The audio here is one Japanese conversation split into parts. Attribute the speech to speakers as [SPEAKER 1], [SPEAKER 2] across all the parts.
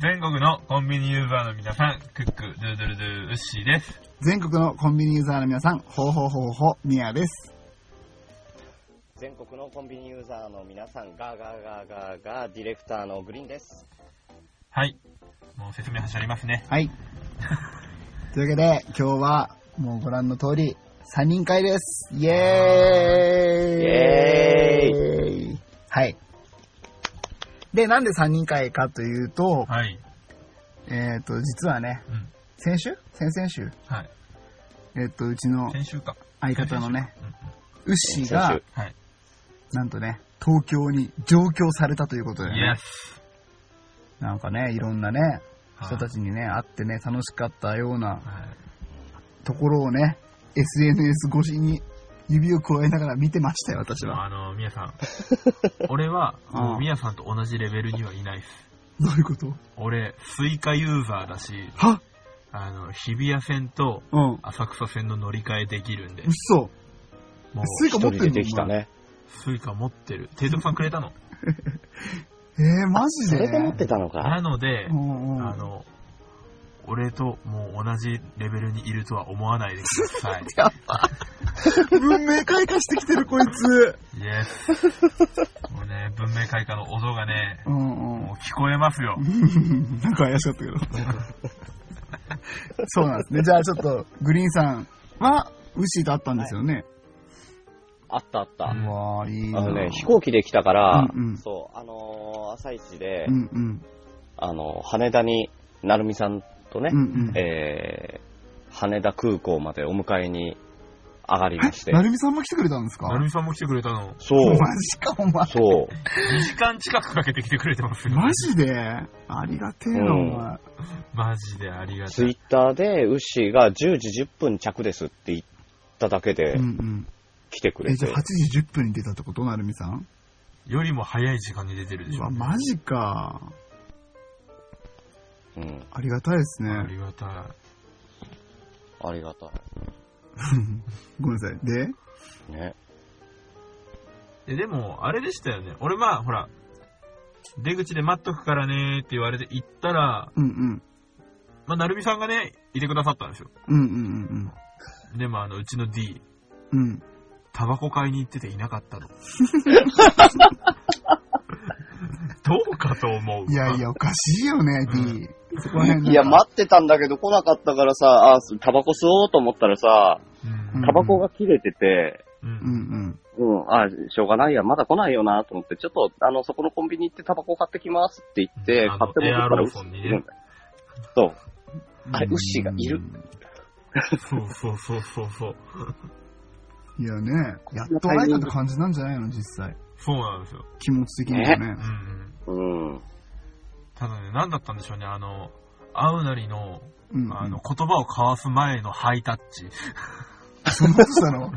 [SPEAKER 1] 全国のコンビニユーザーの皆さん、クック、ドゥードゥルドゥ、ウッシーです。
[SPEAKER 2] 全国のコンビニユーザーの皆さん、ほうほうほうほう、ミヤです。
[SPEAKER 3] 全国のコンビニユーザーの皆さん、ガーガーガーガーガー、ディレクターのグリーンです。
[SPEAKER 1] はい。もう説明走りますね。
[SPEAKER 2] はい。 というわけで、今日は、もうご覧の通り、3人会です。イェーイイェーイはい。で、なんで3人会かというと、
[SPEAKER 1] はい。
[SPEAKER 2] えっ、と、実はね、
[SPEAKER 1] うん。
[SPEAKER 2] 先週先々週、
[SPEAKER 1] はい。
[SPEAKER 2] えっ、と、うちの
[SPEAKER 1] 先週か。
[SPEAKER 2] 相方のね、
[SPEAKER 1] うんうん
[SPEAKER 2] ウッシーが
[SPEAKER 3] 先、
[SPEAKER 1] はい。
[SPEAKER 2] なんとね、東京に上京されたということで
[SPEAKER 1] イエ
[SPEAKER 2] ね、
[SPEAKER 1] ス。
[SPEAKER 2] なんかね、いろんなね、人た
[SPEAKER 1] ち。
[SPEAKER 2] ちにね、会ってね、楽しかったような
[SPEAKER 1] はい。
[SPEAKER 2] ところをね、SNS 越しに指を加えながら見てましたよ、私は。
[SPEAKER 1] あの、みやさ ん。俺は、もうみやさんと同じレベルにはいないです。
[SPEAKER 2] どういうこと
[SPEAKER 1] 俺、スイカユーザーだし、
[SPEAKER 2] は
[SPEAKER 1] あの、日比谷線と
[SPEAKER 2] うん。
[SPEAKER 1] 浅草線の乗り換えできるんで、
[SPEAKER 2] 嘘。
[SPEAKER 1] もう、
[SPEAKER 2] スイカ持ってんの
[SPEAKER 3] 一人でできたね。
[SPEAKER 1] スイカ持ってる。提督さんくれたの。
[SPEAKER 2] お前えー、マジ
[SPEAKER 3] そ
[SPEAKER 2] で
[SPEAKER 3] れで持ってたのか
[SPEAKER 1] な。ので
[SPEAKER 2] う、んうん。
[SPEAKER 1] あの、俺ともう同じレベルにいるとは思わないでくだ さい。
[SPEAKER 2] やっぱ、文明開化してきてる、こいつ。
[SPEAKER 1] イエス。もうね、文明開化の音がね、
[SPEAKER 2] うんうん
[SPEAKER 1] もう。聞こえますよ。
[SPEAKER 2] なんか怪しか ったけど。そうなんですね。じゃあちょっと、グリーンさんは、ウッシーと会ったんですよね。
[SPEAKER 3] あったあった。
[SPEAKER 1] うん
[SPEAKER 3] あ
[SPEAKER 2] うわーいいな
[SPEAKER 3] のね、飛行機で来たから、
[SPEAKER 2] うんうん
[SPEAKER 3] そう、あのー朝一で、
[SPEAKER 2] うんうん。
[SPEAKER 3] あのー羽田に、なるみさんとね、
[SPEAKER 2] うんうん。
[SPEAKER 3] えー、羽田空港までお迎えに上がりまして
[SPEAKER 2] え、な。るみさんも来てくれたんですか
[SPEAKER 1] なるみさんも来てくれたの。
[SPEAKER 3] そう、
[SPEAKER 2] マジか、お前。
[SPEAKER 3] そう。
[SPEAKER 1] 2時間近くかけて来てくれてますよ。
[SPEAKER 2] マジでありがてえな、
[SPEAKER 3] うん
[SPEAKER 2] お前。
[SPEAKER 1] マジでありがた
[SPEAKER 3] ツイ
[SPEAKER 1] い。
[SPEAKER 3] ッターで、ウッシーが10時10分着ですって言っただけで
[SPEAKER 2] うんうん。
[SPEAKER 3] 来てく
[SPEAKER 2] え、
[SPEAKER 3] れ
[SPEAKER 2] じ
[SPEAKER 3] て。
[SPEAKER 2] ゃあ8時10分に出たってことなるみさん
[SPEAKER 1] よりも早い時間に出てるでし
[SPEAKER 2] う
[SPEAKER 1] ょ
[SPEAKER 2] わ、。マジか。
[SPEAKER 3] うん、
[SPEAKER 2] ありがたいです
[SPEAKER 1] あ
[SPEAKER 2] ね。
[SPEAKER 1] りがたい。
[SPEAKER 3] ありがた
[SPEAKER 2] ごめんなさい。で
[SPEAKER 3] い。ね。
[SPEAKER 1] え、でも、あれでしたよね。俺まあ、ほら、出口で待っとくからねーって言われて行ったら、
[SPEAKER 2] うんうん。
[SPEAKER 1] まあ、なるみさんがね、いてくださったんですよ。
[SPEAKER 2] うんうん
[SPEAKER 1] でも、あの、うちの D、
[SPEAKER 2] うんうん。うん。
[SPEAKER 1] タバコ買いに行ってていなか ったの。どうかと思う。
[SPEAKER 2] いやい。や、おかしいよね、
[SPEAKER 1] う
[SPEAKER 2] D。そこら辺なんか
[SPEAKER 3] いや、待ってたんだけど来なかったからさ、あ、タバコ吸おうと思ったらさ、
[SPEAKER 1] うん
[SPEAKER 3] タバコが切れてて、
[SPEAKER 1] う
[SPEAKER 2] うん
[SPEAKER 1] ん。
[SPEAKER 2] うん。
[SPEAKER 3] うん、あ、しょうがないや、まだ来ないよなと思って、ちょっと、あの、そこのコンビニ行ってタバコ買ってきますって言って、
[SPEAKER 1] うんあの
[SPEAKER 3] 買って戻った
[SPEAKER 1] エア
[SPEAKER 3] ら
[SPEAKER 1] ロ
[SPEAKER 3] ウ
[SPEAKER 1] ー
[SPEAKER 3] ッ
[SPEAKER 1] ソ
[SPEAKER 3] シ
[SPEAKER 1] ン
[SPEAKER 3] ー
[SPEAKER 1] に
[SPEAKER 3] い
[SPEAKER 1] ね
[SPEAKER 3] るんだよ。そう。あれ
[SPEAKER 2] うん
[SPEAKER 3] ウッシーがいる。
[SPEAKER 1] そうそうそうそうそう。
[SPEAKER 2] いやね、やっと会えたって感じなんじゃないの、実際。
[SPEAKER 1] そうなんですよ。
[SPEAKER 2] 気持ち的にはね
[SPEAKER 1] う。んうん。
[SPEAKER 3] うん。
[SPEAKER 1] ただね、何だったんでしょうね、あの、会うなりの、
[SPEAKER 2] うんうん。
[SPEAKER 1] あの、言葉を交わす前のハイタッチ。
[SPEAKER 2] そんなことした の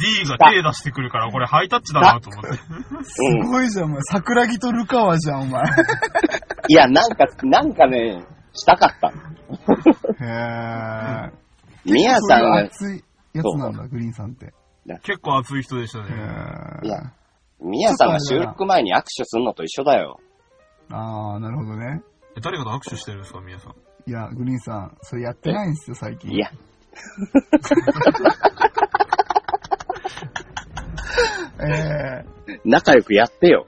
[SPEAKER 1] D が手出してくるから、これハイタッチだなと思って。
[SPEAKER 3] うん
[SPEAKER 2] す。ごいじゃん、お 前。桜木とルカワじゃん、お前。
[SPEAKER 3] いや、なんか、なんかね、したかった。
[SPEAKER 2] へー。
[SPEAKER 3] ミヤさん
[SPEAKER 2] そういう
[SPEAKER 3] が、
[SPEAKER 2] 熱いやつなんだ、グリーンさんって。
[SPEAKER 1] 結構熱い人でした
[SPEAKER 2] へ
[SPEAKER 1] ね。
[SPEAKER 2] ー
[SPEAKER 3] いやミヤさんが収録前に握手するのと一緒だよ。
[SPEAKER 2] あー、なるほどね。
[SPEAKER 1] え誰かと握手してるんですか、皆さん。
[SPEAKER 2] いや、グリーンさん、それやってないんですよ、最近。
[SPEAKER 3] いや。
[SPEAKER 2] え
[SPEAKER 3] 仲良くやってよ。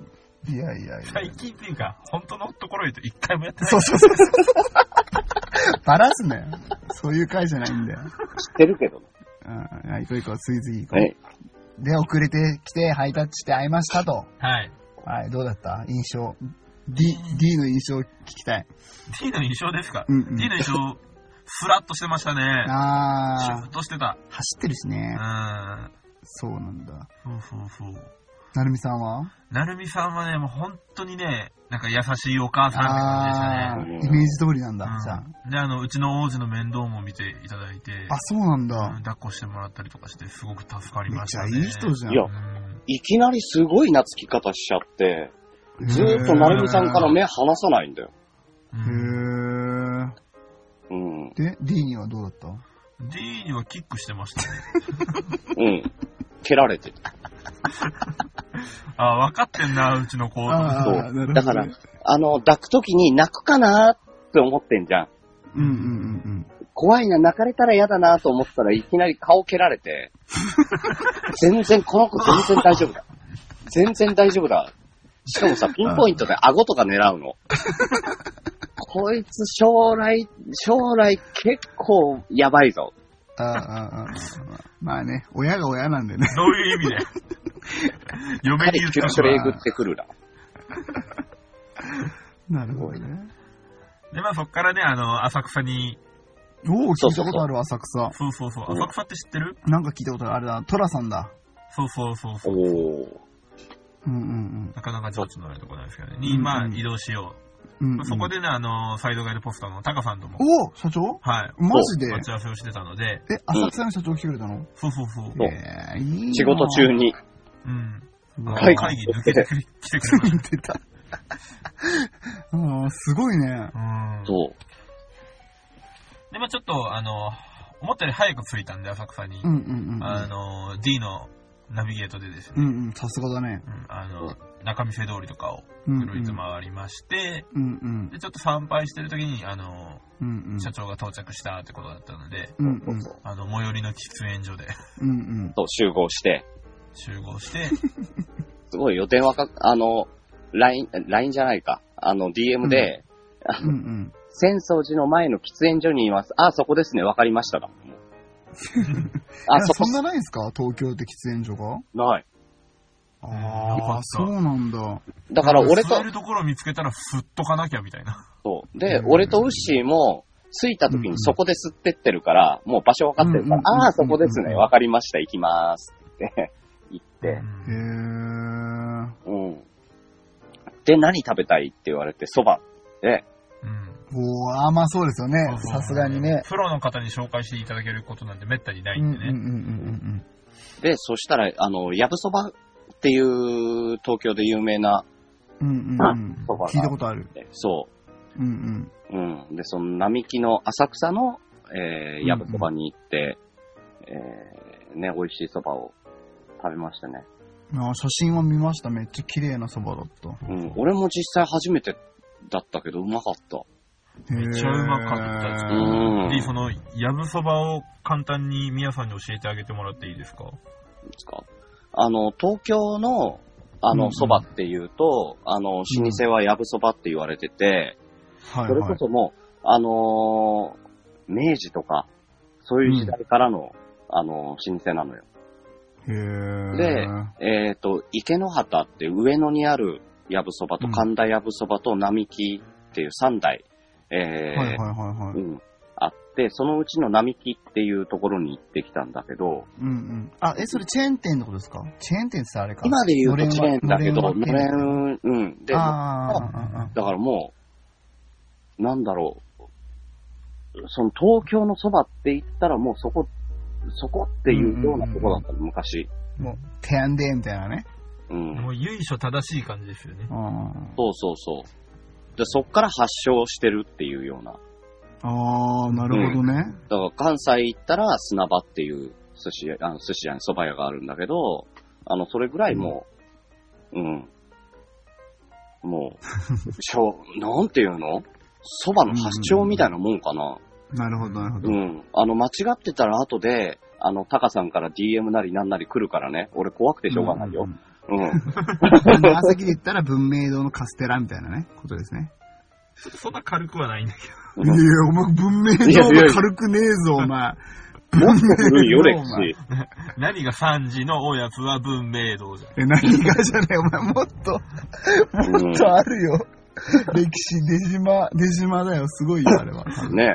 [SPEAKER 2] ー、いやいやいや。
[SPEAKER 1] 最近っていうか、本当のところ言うと一回もやってない
[SPEAKER 2] そうそうそうそう。バラすなよ。そういう回じゃないんだよ。
[SPEAKER 3] 知ってるけど。
[SPEAKER 2] うん。はい、行こう行こう、次々行こ
[SPEAKER 3] ね
[SPEAKER 2] う。で、遅れてきて、ハイタッチして会いましたと。
[SPEAKER 1] はい。
[SPEAKER 2] はい、どうだった印象。D、D の印象聞きたい。
[SPEAKER 1] D の印象ですか、
[SPEAKER 2] うんう
[SPEAKER 1] D
[SPEAKER 2] ん。
[SPEAKER 1] の印象、スラッとしてましたね。シュ
[SPEAKER 2] あー
[SPEAKER 1] ッ、としてた。
[SPEAKER 2] 走ってるし
[SPEAKER 1] う
[SPEAKER 2] ね。
[SPEAKER 1] ん。
[SPEAKER 2] そうなんだ。
[SPEAKER 1] そうそうそう。
[SPEAKER 2] なるみさんは
[SPEAKER 1] なるみさんはね、もう本当にね、なんか優しいお母さんって感じでしたね。
[SPEAKER 2] あー、イメー
[SPEAKER 3] ね
[SPEAKER 2] ジ通りなんだ、じゃあ。
[SPEAKER 1] うん、で、あの、うちの王子の面倒も見ていただいて、
[SPEAKER 2] あ、そうなん
[SPEAKER 1] うん
[SPEAKER 2] だ。
[SPEAKER 1] 抱っこしてもらったりとかして、すごく助かり
[SPEAKER 2] めっ
[SPEAKER 1] まし
[SPEAKER 2] ち
[SPEAKER 1] た
[SPEAKER 2] ゃい
[SPEAKER 1] ね。
[SPEAKER 2] い人じゃん。
[SPEAKER 3] いや
[SPEAKER 1] うん
[SPEAKER 3] いきなりすごい懐き方しちゃって、
[SPEAKER 2] へー
[SPEAKER 3] ずーっとなるみさんから目離さないんだよ。
[SPEAKER 1] うん
[SPEAKER 2] へ
[SPEAKER 3] うん。
[SPEAKER 2] え。で、D にはどうだった
[SPEAKER 1] D にはキックしてましたね。
[SPEAKER 3] うん。蹴られてた。
[SPEAKER 1] あ分かってんな、うちの子。
[SPEAKER 2] あ
[SPEAKER 3] そう
[SPEAKER 2] あ、なるほどね。
[SPEAKER 3] だからあの、抱くときに泣くかなって思ってんじゃん。
[SPEAKER 2] うんうんうん
[SPEAKER 3] 怖いな、泣かれたら嫌だなと思ってたらいきなり顔蹴ら れて、全然、この子全然大丈夫だ。全然大丈夫だ。しかもさ、ピンポイントで顎とか狙う の。こいつ将来、将来結構やばいぞ。
[SPEAKER 2] うん。ああ、ああ、ああ。まあね、親が親なん でね。
[SPEAKER 1] どういう 意味で嫁に
[SPEAKER 3] 彼
[SPEAKER 1] 言っ
[SPEAKER 3] 急
[SPEAKER 1] たか
[SPEAKER 3] にそれえ
[SPEAKER 1] ら。
[SPEAKER 3] ぐってくるな。
[SPEAKER 2] なるほどね。
[SPEAKER 1] で、まあそっからね、あの、浅草に、
[SPEAKER 2] おお、聞
[SPEAKER 3] そ
[SPEAKER 2] いた
[SPEAKER 3] うそうそう
[SPEAKER 2] ことあるわ、浅草。
[SPEAKER 1] そうそうそう、
[SPEAKER 3] うん
[SPEAKER 1] 浅草って知ってる
[SPEAKER 2] なんか聞いたことある。あれだ、トラさんだ。
[SPEAKER 1] そうそうそう
[SPEAKER 3] お
[SPEAKER 1] そう。
[SPEAKER 3] ー。
[SPEAKER 2] うんうん
[SPEAKER 1] なかなか情緒のあるところなんですけどね。
[SPEAKER 2] う
[SPEAKER 1] に、
[SPEAKER 2] ん
[SPEAKER 1] まあ移動しよ
[SPEAKER 2] うん。うん
[SPEAKER 1] う。ま
[SPEAKER 2] うん
[SPEAKER 1] あそこでね、あの、サイドガイドポスターのタカさんとも、
[SPEAKER 2] おお、社長
[SPEAKER 1] はい、
[SPEAKER 2] マジで
[SPEAKER 1] 待ち合わせをしてたので、
[SPEAKER 2] え、浅草の社長来てくれたの
[SPEAKER 1] そうそうそう。
[SPEAKER 3] そう
[SPEAKER 2] えーいいな
[SPEAKER 3] 仕事中に。
[SPEAKER 1] うん。
[SPEAKER 2] うわ
[SPEAKER 3] 会議
[SPEAKER 1] 会議抜けてくれ来てくれまし
[SPEAKER 2] 出た。 うん、すごいね。
[SPEAKER 1] た。うん。
[SPEAKER 3] そう。
[SPEAKER 1] で、まあちょっと、あの、思ったより早く着いたんで、浅草に
[SPEAKER 2] う。んうんうん。
[SPEAKER 1] あの、D のナビゲートでです
[SPEAKER 2] う
[SPEAKER 1] ね、
[SPEAKER 2] んうん、さすがだね。
[SPEAKER 1] うんあ
[SPEAKER 3] う
[SPEAKER 1] の、中見世通りとかを
[SPEAKER 2] うんう
[SPEAKER 1] ぐ
[SPEAKER 2] ん。
[SPEAKER 1] るりと回りまして、
[SPEAKER 2] うんうん
[SPEAKER 1] で、ちょっと参拝してる時に、あの、
[SPEAKER 2] うんうん。
[SPEAKER 1] 社長が到着したってことだったので、
[SPEAKER 2] うんうん
[SPEAKER 3] そう
[SPEAKER 1] あの、最寄りの喫煙所で
[SPEAKER 2] うんうん。
[SPEAKER 3] そう集合して。
[SPEAKER 1] 集合して、
[SPEAKER 3] すごいよ、電話か、あの、LINE、LINE じゃないか。あの、DM で、
[SPEAKER 2] うんうん。
[SPEAKER 3] 浅草寺の前の喫煙所にいます。あ、そこですね。わかり ましたが。あ、
[SPEAKER 2] え
[SPEAKER 3] そこ
[SPEAKER 2] そんなないんすか東京って喫煙所が
[SPEAKER 3] ない。
[SPEAKER 1] あーよか
[SPEAKER 2] あ
[SPEAKER 1] った
[SPEAKER 2] あ、そうなんだ。
[SPEAKER 3] だから俺と
[SPEAKER 1] 座え、るところを見つけたら、ふっとかなきゃみたいな。
[SPEAKER 3] そう。で
[SPEAKER 2] う、ん
[SPEAKER 3] 俺とウッシーも、着いた時にそこで吸ってってるから、もう場所わかってるから
[SPEAKER 2] うん、うんうんうん
[SPEAKER 3] ああ、そこですね。わかりました。行きます。って 言って
[SPEAKER 1] う。
[SPEAKER 2] へえ。
[SPEAKER 1] ん
[SPEAKER 3] うん。で、何食べたいって言われて、そば。で、
[SPEAKER 1] うん
[SPEAKER 2] おお、あーまあそうですよね
[SPEAKER 1] そう。そう
[SPEAKER 2] さすがにね。
[SPEAKER 1] プロの方に紹介していただけることなんてめったにな
[SPEAKER 2] う
[SPEAKER 1] い
[SPEAKER 2] んうんんう
[SPEAKER 1] で
[SPEAKER 2] ん
[SPEAKER 1] ね。
[SPEAKER 2] うん
[SPEAKER 3] で、そしたら、あの、やぶそばっていう、東京で有名な
[SPEAKER 2] うん。うんうんうん
[SPEAKER 3] そば。が
[SPEAKER 2] 聞いたことある。
[SPEAKER 3] ね、そう。
[SPEAKER 2] うんうん。
[SPEAKER 3] うん。で、その並木の浅草の、えー、やぶそばに行って、えー、ね、美味しいそばを食べましたね。
[SPEAKER 2] あー写真は見ました。めっちゃ綺麗なそばだった。
[SPEAKER 3] うん。俺も実際初めてだったけど、うまかった。
[SPEAKER 1] めっちゃうまかった
[SPEAKER 3] う
[SPEAKER 1] です
[SPEAKER 2] へー
[SPEAKER 3] ん。
[SPEAKER 1] で、その、やぶそばを簡単に皆さんに教えてあげてもらっていいですか
[SPEAKER 3] ですかあの、東京の、あ
[SPEAKER 2] うんう
[SPEAKER 3] の、
[SPEAKER 2] ん
[SPEAKER 3] そばっていうと、あの、老舗はやぶそばって言われてて、
[SPEAKER 2] はい
[SPEAKER 3] それ
[SPEAKER 2] は
[SPEAKER 3] こ
[SPEAKER 2] い。
[SPEAKER 3] そもう、あのー明治とか、そういう時代からの、あの、老舗なのよ。
[SPEAKER 2] へー
[SPEAKER 3] でえっ、と、池の畑って上野にあるやぶそばと
[SPEAKER 2] うん
[SPEAKER 3] 神田やぶそばと並木っていう3台、えー
[SPEAKER 2] はいはいはいは
[SPEAKER 3] う
[SPEAKER 2] い。
[SPEAKER 3] ん、あって、そのうちの並木っていうところに行ってきたんだけど、
[SPEAKER 2] うんうん。あ、え、それチェーン店のことですかチェーン店ってあれか。
[SPEAKER 3] 今で言うとチェーンだけど、
[SPEAKER 2] の
[SPEAKER 3] の
[SPEAKER 2] れんは
[SPEAKER 3] れん、うん。で、だ
[SPEAKER 2] あーあー、あーあ
[SPEAKER 3] からもう、なんだろう、その東京のそばって言ったらもうそこ、そこっていうようなところだったの、昔。
[SPEAKER 2] ー、もう、テアンデーみたいなね。
[SPEAKER 3] うん
[SPEAKER 1] も。う、由緒正しい感じですよね。
[SPEAKER 2] あ
[SPEAKER 3] そうそうそう。で、そっから発祥してるっていうような。
[SPEAKER 2] ーあー、なるほどね。
[SPEAKER 3] だから関西行ったら砂場っていう寿司屋、あの寿司屋に蕎麦屋があるんだけど、あの、それぐらいもう、うん。もう、しょう、なんていうの蕎麦の発祥みたいなもんかな。
[SPEAKER 2] なるほど、なるほど
[SPEAKER 3] う。ん。あの、間違ってたら後で、あの、タカさんから DM なりなんなり来るからね。俺怖くてしょうがないよ。うん。
[SPEAKER 2] 長崎で言ったら文明堂のカステラみたいなね、ことですね。
[SPEAKER 1] そんな軽くはないんだけ
[SPEAKER 2] いやいや、お前文明
[SPEAKER 3] いやいやい
[SPEAKER 2] 堂
[SPEAKER 3] や
[SPEAKER 2] も軽くねえぞ、お前。
[SPEAKER 3] もっと古いよ、
[SPEAKER 2] 文明
[SPEAKER 3] 歴
[SPEAKER 2] 堂お
[SPEAKER 3] 史
[SPEAKER 2] 前。
[SPEAKER 1] ど、 何が3時のおやつは文明堂じゃん。
[SPEAKER 2] え、何がじゃねえ、お前もっと、もっとあるよ。歴史、出島、出島だよ、すごいよ、あれは。
[SPEAKER 3] ね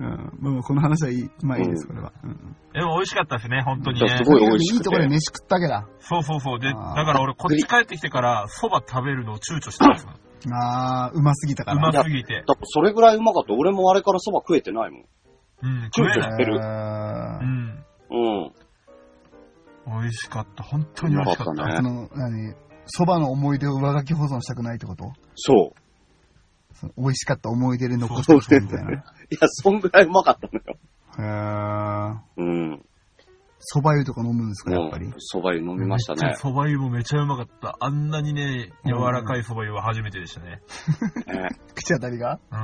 [SPEAKER 2] うん。まあこの話はいい、まあいいです、
[SPEAKER 3] う
[SPEAKER 2] これは。うん
[SPEAKER 1] でも美味しかったですね、本当に
[SPEAKER 3] いや
[SPEAKER 1] ね
[SPEAKER 3] す。ごい美味しくて
[SPEAKER 2] いいとこで飯食ったわけだ。
[SPEAKER 1] そうそうそう。で、だ
[SPEAKER 2] あー
[SPEAKER 1] から俺、こっち帰ってきてから、そば食べるのを躊躇してたんですよ
[SPEAKER 2] あー、うますぎたか
[SPEAKER 1] う
[SPEAKER 2] ら。
[SPEAKER 1] ますぎて。
[SPEAKER 3] だからそれぐらいうまかった。俺もあれから蕎麦食えてないもん。
[SPEAKER 1] うん、食えない。
[SPEAKER 3] ってる
[SPEAKER 1] う
[SPEAKER 2] あー
[SPEAKER 1] ん。
[SPEAKER 3] うん。
[SPEAKER 1] 美味しかった。本当に美味しかった。
[SPEAKER 3] うまかったね
[SPEAKER 2] その、何、そばの思い出を上書き保存したくないってこと
[SPEAKER 3] そう。
[SPEAKER 2] その美味しかった思い出で残しておきたいみたいな。
[SPEAKER 3] いや、そんぐらいうまかったのよ。
[SPEAKER 2] へー
[SPEAKER 3] うん。
[SPEAKER 2] 蕎麦湯とか飲むんですか、やっぱり。
[SPEAKER 3] そば湯飲みましたね。
[SPEAKER 1] そば湯もめちゃうまかった。あんなにね、柔らかいそば湯は初めてでしたね。
[SPEAKER 3] ね
[SPEAKER 2] 口当たりが。
[SPEAKER 1] うん。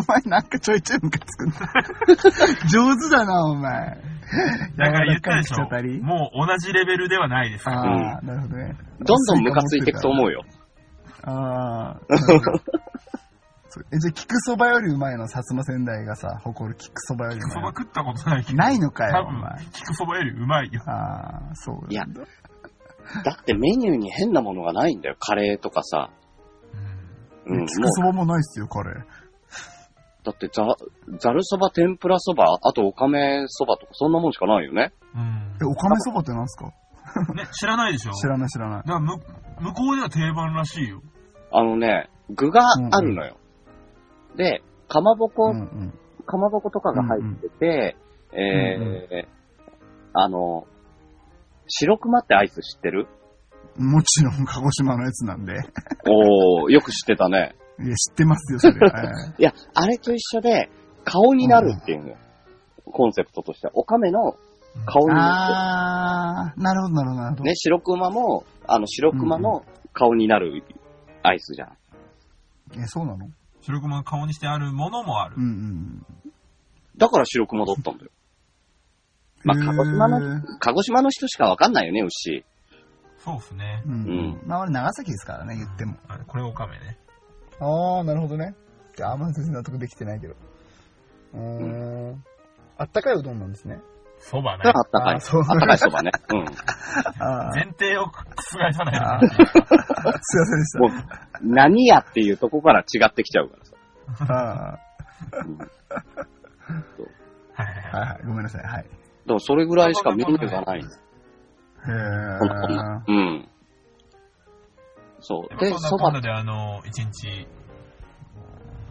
[SPEAKER 2] お前なんかちょいちょいムカつく んだ。上手だな、お前。
[SPEAKER 1] だから言ったでし
[SPEAKER 2] 柔らかい口当たり
[SPEAKER 1] ょ。もう同じレベルではないですから。
[SPEAKER 2] ああ、なるほどね。
[SPEAKER 3] どんどんムカついていくと思うよ。
[SPEAKER 2] ああ。なるほどそうえ、じゃあ、菊そばよりうまいの、薩摩仙台がさ、誇る菊そばよりう
[SPEAKER 1] そば
[SPEAKER 2] まい
[SPEAKER 1] 食ったことないけ
[SPEAKER 2] の。
[SPEAKER 1] ど。
[SPEAKER 2] ないのか
[SPEAKER 1] 多
[SPEAKER 2] よ、お
[SPEAKER 1] 分
[SPEAKER 2] 前。、
[SPEAKER 1] 菊そばよりうまいよ。
[SPEAKER 2] ああ、そうなんだ。
[SPEAKER 3] いやだってメニューに変なものがないんだよ。カレーとかさ。
[SPEAKER 1] うん
[SPEAKER 3] うん、もう、
[SPEAKER 2] 菊そばもないっすよ、カレー。
[SPEAKER 3] だってざ、ざるそば、天ぷらそば、あとおかめそばとか、そんなもんしかないよね。
[SPEAKER 1] うん
[SPEAKER 2] え、。おかめそばってなんすか
[SPEAKER 1] ね、知らないでしょ
[SPEAKER 2] 知らない知らない。
[SPEAKER 1] だからむ向こうでは定番らしいよ。
[SPEAKER 3] あのね、具があるのよ。で、かまぼこ、
[SPEAKER 2] うんうん。
[SPEAKER 3] かまぼことかが入ってて、えー
[SPEAKER 2] うん
[SPEAKER 3] あの、白熊ってアイス知ってる
[SPEAKER 2] もちろん、鹿児島のやつなんで。
[SPEAKER 3] おー、よく知ってたね。
[SPEAKER 2] いや、知ってます よ、それ。はい
[SPEAKER 3] いや、あれと一緒で、顔になるっていうのよ。コンセプトとしては。おかめの顔になっ
[SPEAKER 2] あー、なるほど、なるほど、なるほ
[SPEAKER 3] て。
[SPEAKER 2] ど
[SPEAKER 3] ね、。白熊も、あの、白熊の顔になるアイスじゃん。
[SPEAKER 2] え、そうなの
[SPEAKER 1] 白熊の顔にしてあるものもある
[SPEAKER 2] う。んうん。
[SPEAKER 3] だから白熊だったんだよ。まあ鹿児島の
[SPEAKER 2] へー
[SPEAKER 3] 鹿児島の人しかわかんないよね、牛。
[SPEAKER 1] そうっすね。
[SPEAKER 2] うん
[SPEAKER 3] うん。
[SPEAKER 2] まあ、俺、長崎ですからね、言っても。
[SPEAKER 1] あれこれオカメね。
[SPEAKER 2] あー、なるほどね。あんま全然納得できてないけど。うーん。あったかいうどんなんですね。
[SPEAKER 1] そばね
[SPEAKER 3] だ。からあったかい。
[SPEAKER 2] あそう
[SPEAKER 3] あったかいそば ね。うん。
[SPEAKER 2] あー
[SPEAKER 1] 前提を覆さ
[SPEAKER 2] あ
[SPEAKER 1] な
[SPEAKER 2] ー
[SPEAKER 1] い。
[SPEAKER 2] すいませんで し
[SPEAKER 3] もう、何やっていうとこから違ってきちゃうからさ。
[SPEAKER 2] た。あー
[SPEAKER 3] うんだか
[SPEAKER 1] はいはいはい
[SPEAKER 2] はいはい、ごめんなさい。はい。
[SPEAKER 3] らそれぐらいしかメニューがな
[SPEAKER 2] へ
[SPEAKER 3] い。こんなこんな
[SPEAKER 2] ー。
[SPEAKER 3] うん。そう。
[SPEAKER 1] で
[SPEAKER 3] で、
[SPEAKER 1] もそ
[SPEAKER 3] そ
[SPEAKER 1] んなこんな、
[SPEAKER 3] ば
[SPEAKER 1] で、あの、一日、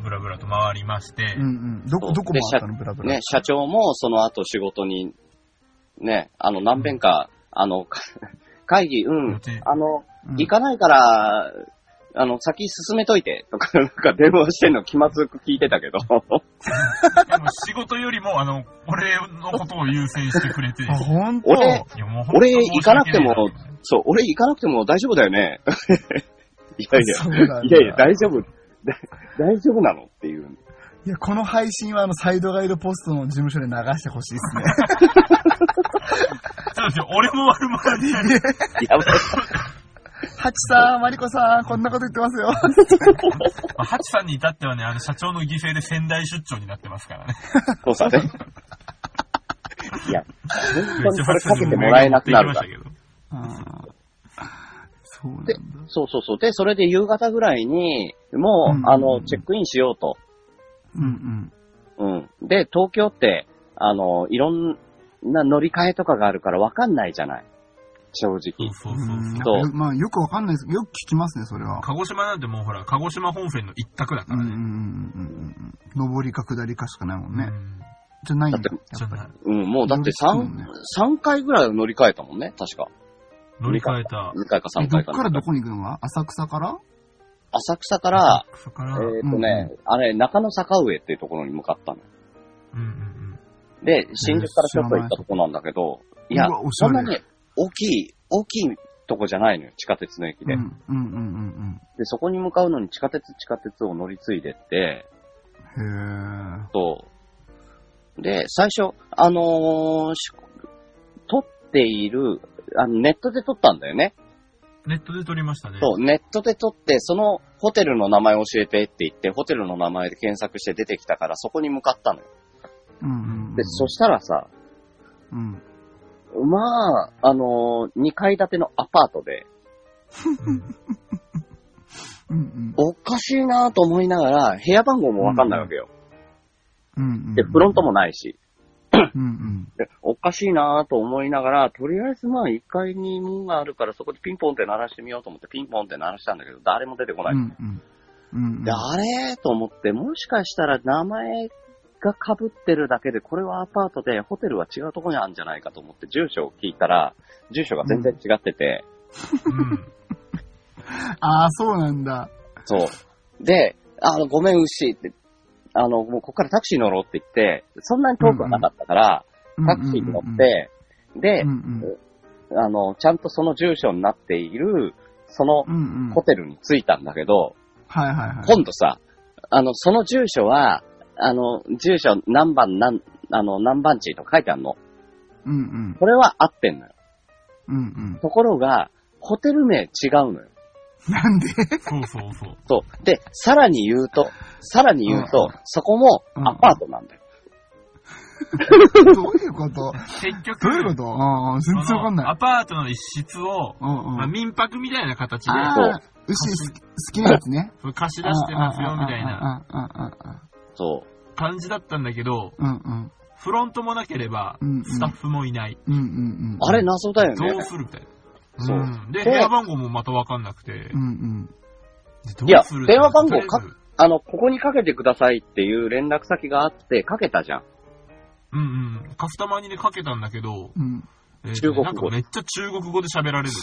[SPEAKER 1] ぶらぶらと回りまして、
[SPEAKER 2] うんうん。ど
[SPEAKER 3] そ
[SPEAKER 2] こ、
[SPEAKER 3] う
[SPEAKER 2] どこもあったのブラブラ。
[SPEAKER 3] ね、社長もその後仕事に、ね、あの、何遍か、あの、 か会議、うん
[SPEAKER 1] 予、定
[SPEAKER 3] あの、
[SPEAKER 2] うん
[SPEAKER 3] 行かないから、あの、先進めといて、とか、なんか電話してんの気まずく聞いてたけど。
[SPEAKER 1] でも仕事よりも、あの、俺のことを優先してくれて、い
[SPEAKER 2] あ、ほんと
[SPEAKER 3] 俺
[SPEAKER 1] やもう本当
[SPEAKER 3] 俺
[SPEAKER 1] 申し
[SPEAKER 3] 行かなくても
[SPEAKER 1] 訳いな
[SPEAKER 3] そう、俺行かなくても大丈夫だよね。いやい
[SPEAKER 2] そう
[SPEAKER 3] や、
[SPEAKER 2] なんだ
[SPEAKER 3] いやいや、大丈夫、 だ大丈夫なのっていう。
[SPEAKER 2] いや、この配信はあの、サイドガイドポストの事務所で流してほしいです ね。
[SPEAKER 1] そうですよ、俺も悪者で、
[SPEAKER 3] やばい。
[SPEAKER 2] ハチさん、マリコさん、こんなこと言ってますよ。
[SPEAKER 1] まあ、ハチさんに至ってはね、あの、社長の犠牲で仙台出張になってますからね。
[SPEAKER 3] そうさね。いや、本当にこれかけてもらえなくなる から。
[SPEAKER 2] そうなん
[SPEAKER 3] だそうそうそう。で、それで夕方ぐらいに、もう、
[SPEAKER 2] うん
[SPEAKER 3] あの、チェックインしようと。
[SPEAKER 2] うんうん。
[SPEAKER 3] うん。で、東京って、あの、いろんな乗り換えとかがあるからわかんないじゃない。正直。
[SPEAKER 1] そうそうそうそう。
[SPEAKER 3] そう
[SPEAKER 2] まあ、よくわかんないですけど、よく聞きますね、それは。
[SPEAKER 1] 鹿児島なんてもうほら、鹿児島本線の一択だか
[SPEAKER 2] うん
[SPEAKER 1] ら
[SPEAKER 2] うん
[SPEAKER 1] ね。
[SPEAKER 2] うんうんうん。上りか下りかしかないもん
[SPEAKER 1] う
[SPEAKER 2] ね。
[SPEAKER 1] ん
[SPEAKER 2] じゃないんだ。
[SPEAKER 3] だっ
[SPEAKER 1] じゃ
[SPEAKER 2] やっぱり
[SPEAKER 1] あ
[SPEAKER 3] うん、もうだって
[SPEAKER 2] 乗り換えたもんね
[SPEAKER 3] 3、三回ぐらい乗り換えたもんね、確か。
[SPEAKER 1] 乗り換えた。
[SPEAKER 3] 2回か
[SPEAKER 2] え
[SPEAKER 3] 3
[SPEAKER 2] どっ
[SPEAKER 3] 回か
[SPEAKER 2] から
[SPEAKER 3] な。
[SPEAKER 2] どこに行くのが浅草から
[SPEAKER 3] 浅草から、
[SPEAKER 1] そっか
[SPEAKER 3] え
[SPEAKER 1] ら、
[SPEAKER 3] っ、
[SPEAKER 1] うん
[SPEAKER 3] とね、あれ、中野坂上っていうところに向かったの。
[SPEAKER 1] うんうん。
[SPEAKER 3] で、新宿からちょっと行ったとこなんだけど、いや
[SPEAKER 2] うわお、しゃ
[SPEAKER 3] そん
[SPEAKER 2] れ
[SPEAKER 3] なに大きい、大きいとこじゃないのよ、地下鉄の駅
[SPEAKER 2] うん
[SPEAKER 3] で。
[SPEAKER 2] うんうんうん
[SPEAKER 3] で、そこに向かうのに地下鉄、地下鉄を乗り継いでって、
[SPEAKER 2] うん。へえ。
[SPEAKER 3] そう。で、最初、あのーし撮っている、あの、ネットで撮ったんだよね。
[SPEAKER 1] ネットで撮りましたね。
[SPEAKER 3] そう、ネットで撮って、そのホテルの名前を教えてって言って、ホテルの名前で検索して出てきたから、そこに向かったのよ。
[SPEAKER 2] うんうんうん。
[SPEAKER 3] で、そしたらさ、
[SPEAKER 2] うん。
[SPEAKER 3] まあ、あのー、2階建てのアパートで、
[SPEAKER 1] うん。
[SPEAKER 2] うんうん。
[SPEAKER 3] おかしいなと思いながら、部屋番号もわかんないわけよ。
[SPEAKER 2] うんうん。
[SPEAKER 3] で、フロントもないし。
[SPEAKER 2] うんうん。
[SPEAKER 3] でおかしいなと思いながら、とりあえずまあ1階に門があるからそこでピンポンって鳴らしてみようと思ってピンポンって鳴らしたんだけど、誰も出てこない。
[SPEAKER 2] うんうん。うんうん。
[SPEAKER 3] で、あれと思って、もしかしたら名前が被ってるだけで、これはアパートで、ホテルは違うとこにあるんじゃないかと思って、住所を聞いたら、住所が全然違ってて、
[SPEAKER 1] うん。
[SPEAKER 2] ああ、そうなんだ。
[SPEAKER 3] そう。で、あの、ごめん、牛って、あの、もうここからタクシー乗ろうって言って、そんなに遠くはなかったから、タクシーに乗って、で、
[SPEAKER 2] うんうん
[SPEAKER 3] あの、ちゃんとその住所になっている、その
[SPEAKER 2] うんうん。
[SPEAKER 3] ホテルに着いたんだけど、
[SPEAKER 2] はいはいはい。
[SPEAKER 3] 今度さ、あの、その住所は、あの、住所何番何、あの、何番地と書いてあるの。
[SPEAKER 2] うんうん。
[SPEAKER 3] これは合ってんのよ。
[SPEAKER 2] うんうん。
[SPEAKER 3] ところが、ホテル名違うのよ。
[SPEAKER 2] なんで
[SPEAKER 1] そうそうそう。
[SPEAKER 3] そう。で、さらに言うと、さらに言うと、そこもアパートなんだよ。
[SPEAKER 2] どういうこと
[SPEAKER 1] 結局、
[SPEAKER 2] どういうことああ、全然
[SPEAKER 1] そ
[SPEAKER 2] わかん
[SPEAKER 1] の
[SPEAKER 2] な
[SPEAKER 1] ア
[SPEAKER 2] い。
[SPEAKER 1] パートの一室を、
[SPEAKER 2] うんうん。
[SPEAKER 1] まあ、民泊みたいな形で
[SPEAKER 2] あ
[SPEAKER 3] そう
[SPEAKER 2] あ、牛好き好きなやつね。
[SPEAKER 1] その貸し出してますよみたいな
[SPEAKER 2] な。うんうん
[SPEAKER 3] そ
[SPEAKER 1] 感じだったんだけど、
[SPEAKER 2] うんうん。
[SPEAKER 1] フロントもなければ
[SPEAKER 2] うんうん、
[SPEAKER 1] スタッフもいない。
[SPEAKER 2] うんうんうん。
[SPEAKER 3] う。あれ謎だよ
[SPEAKER 1] どう
[SPEAKER 3] ね。
[SPEAKER 1] するみたいな。
[SPEAKER 3] そうん
[SPEAKER 1] で、
[SPEAKER 3] で
[SPEAKER 1] 部屋番号もまたわかんなくて
[SPEAKER 2] う。んうん。
[SPEAKER 1] ど
[SPEAKER 3] いや
[SPEAKER 1] うする
[SPEAKER 3] 電話番号か
[SPEAKER 1] とりあえず
[SPEAKER 3] あの、ここにかけてくださいっていう連絡先があって、かけたじゃん。
[SPEAKER 1] うんうん。カスタマーにね、かけたんだけど、
[SPEAKER 2] うん。
[SPEAKER 1] えー
[SPEAKER 3] 中国語
[SPEAKER 1] なんかめっちゃ中国語で喋られる。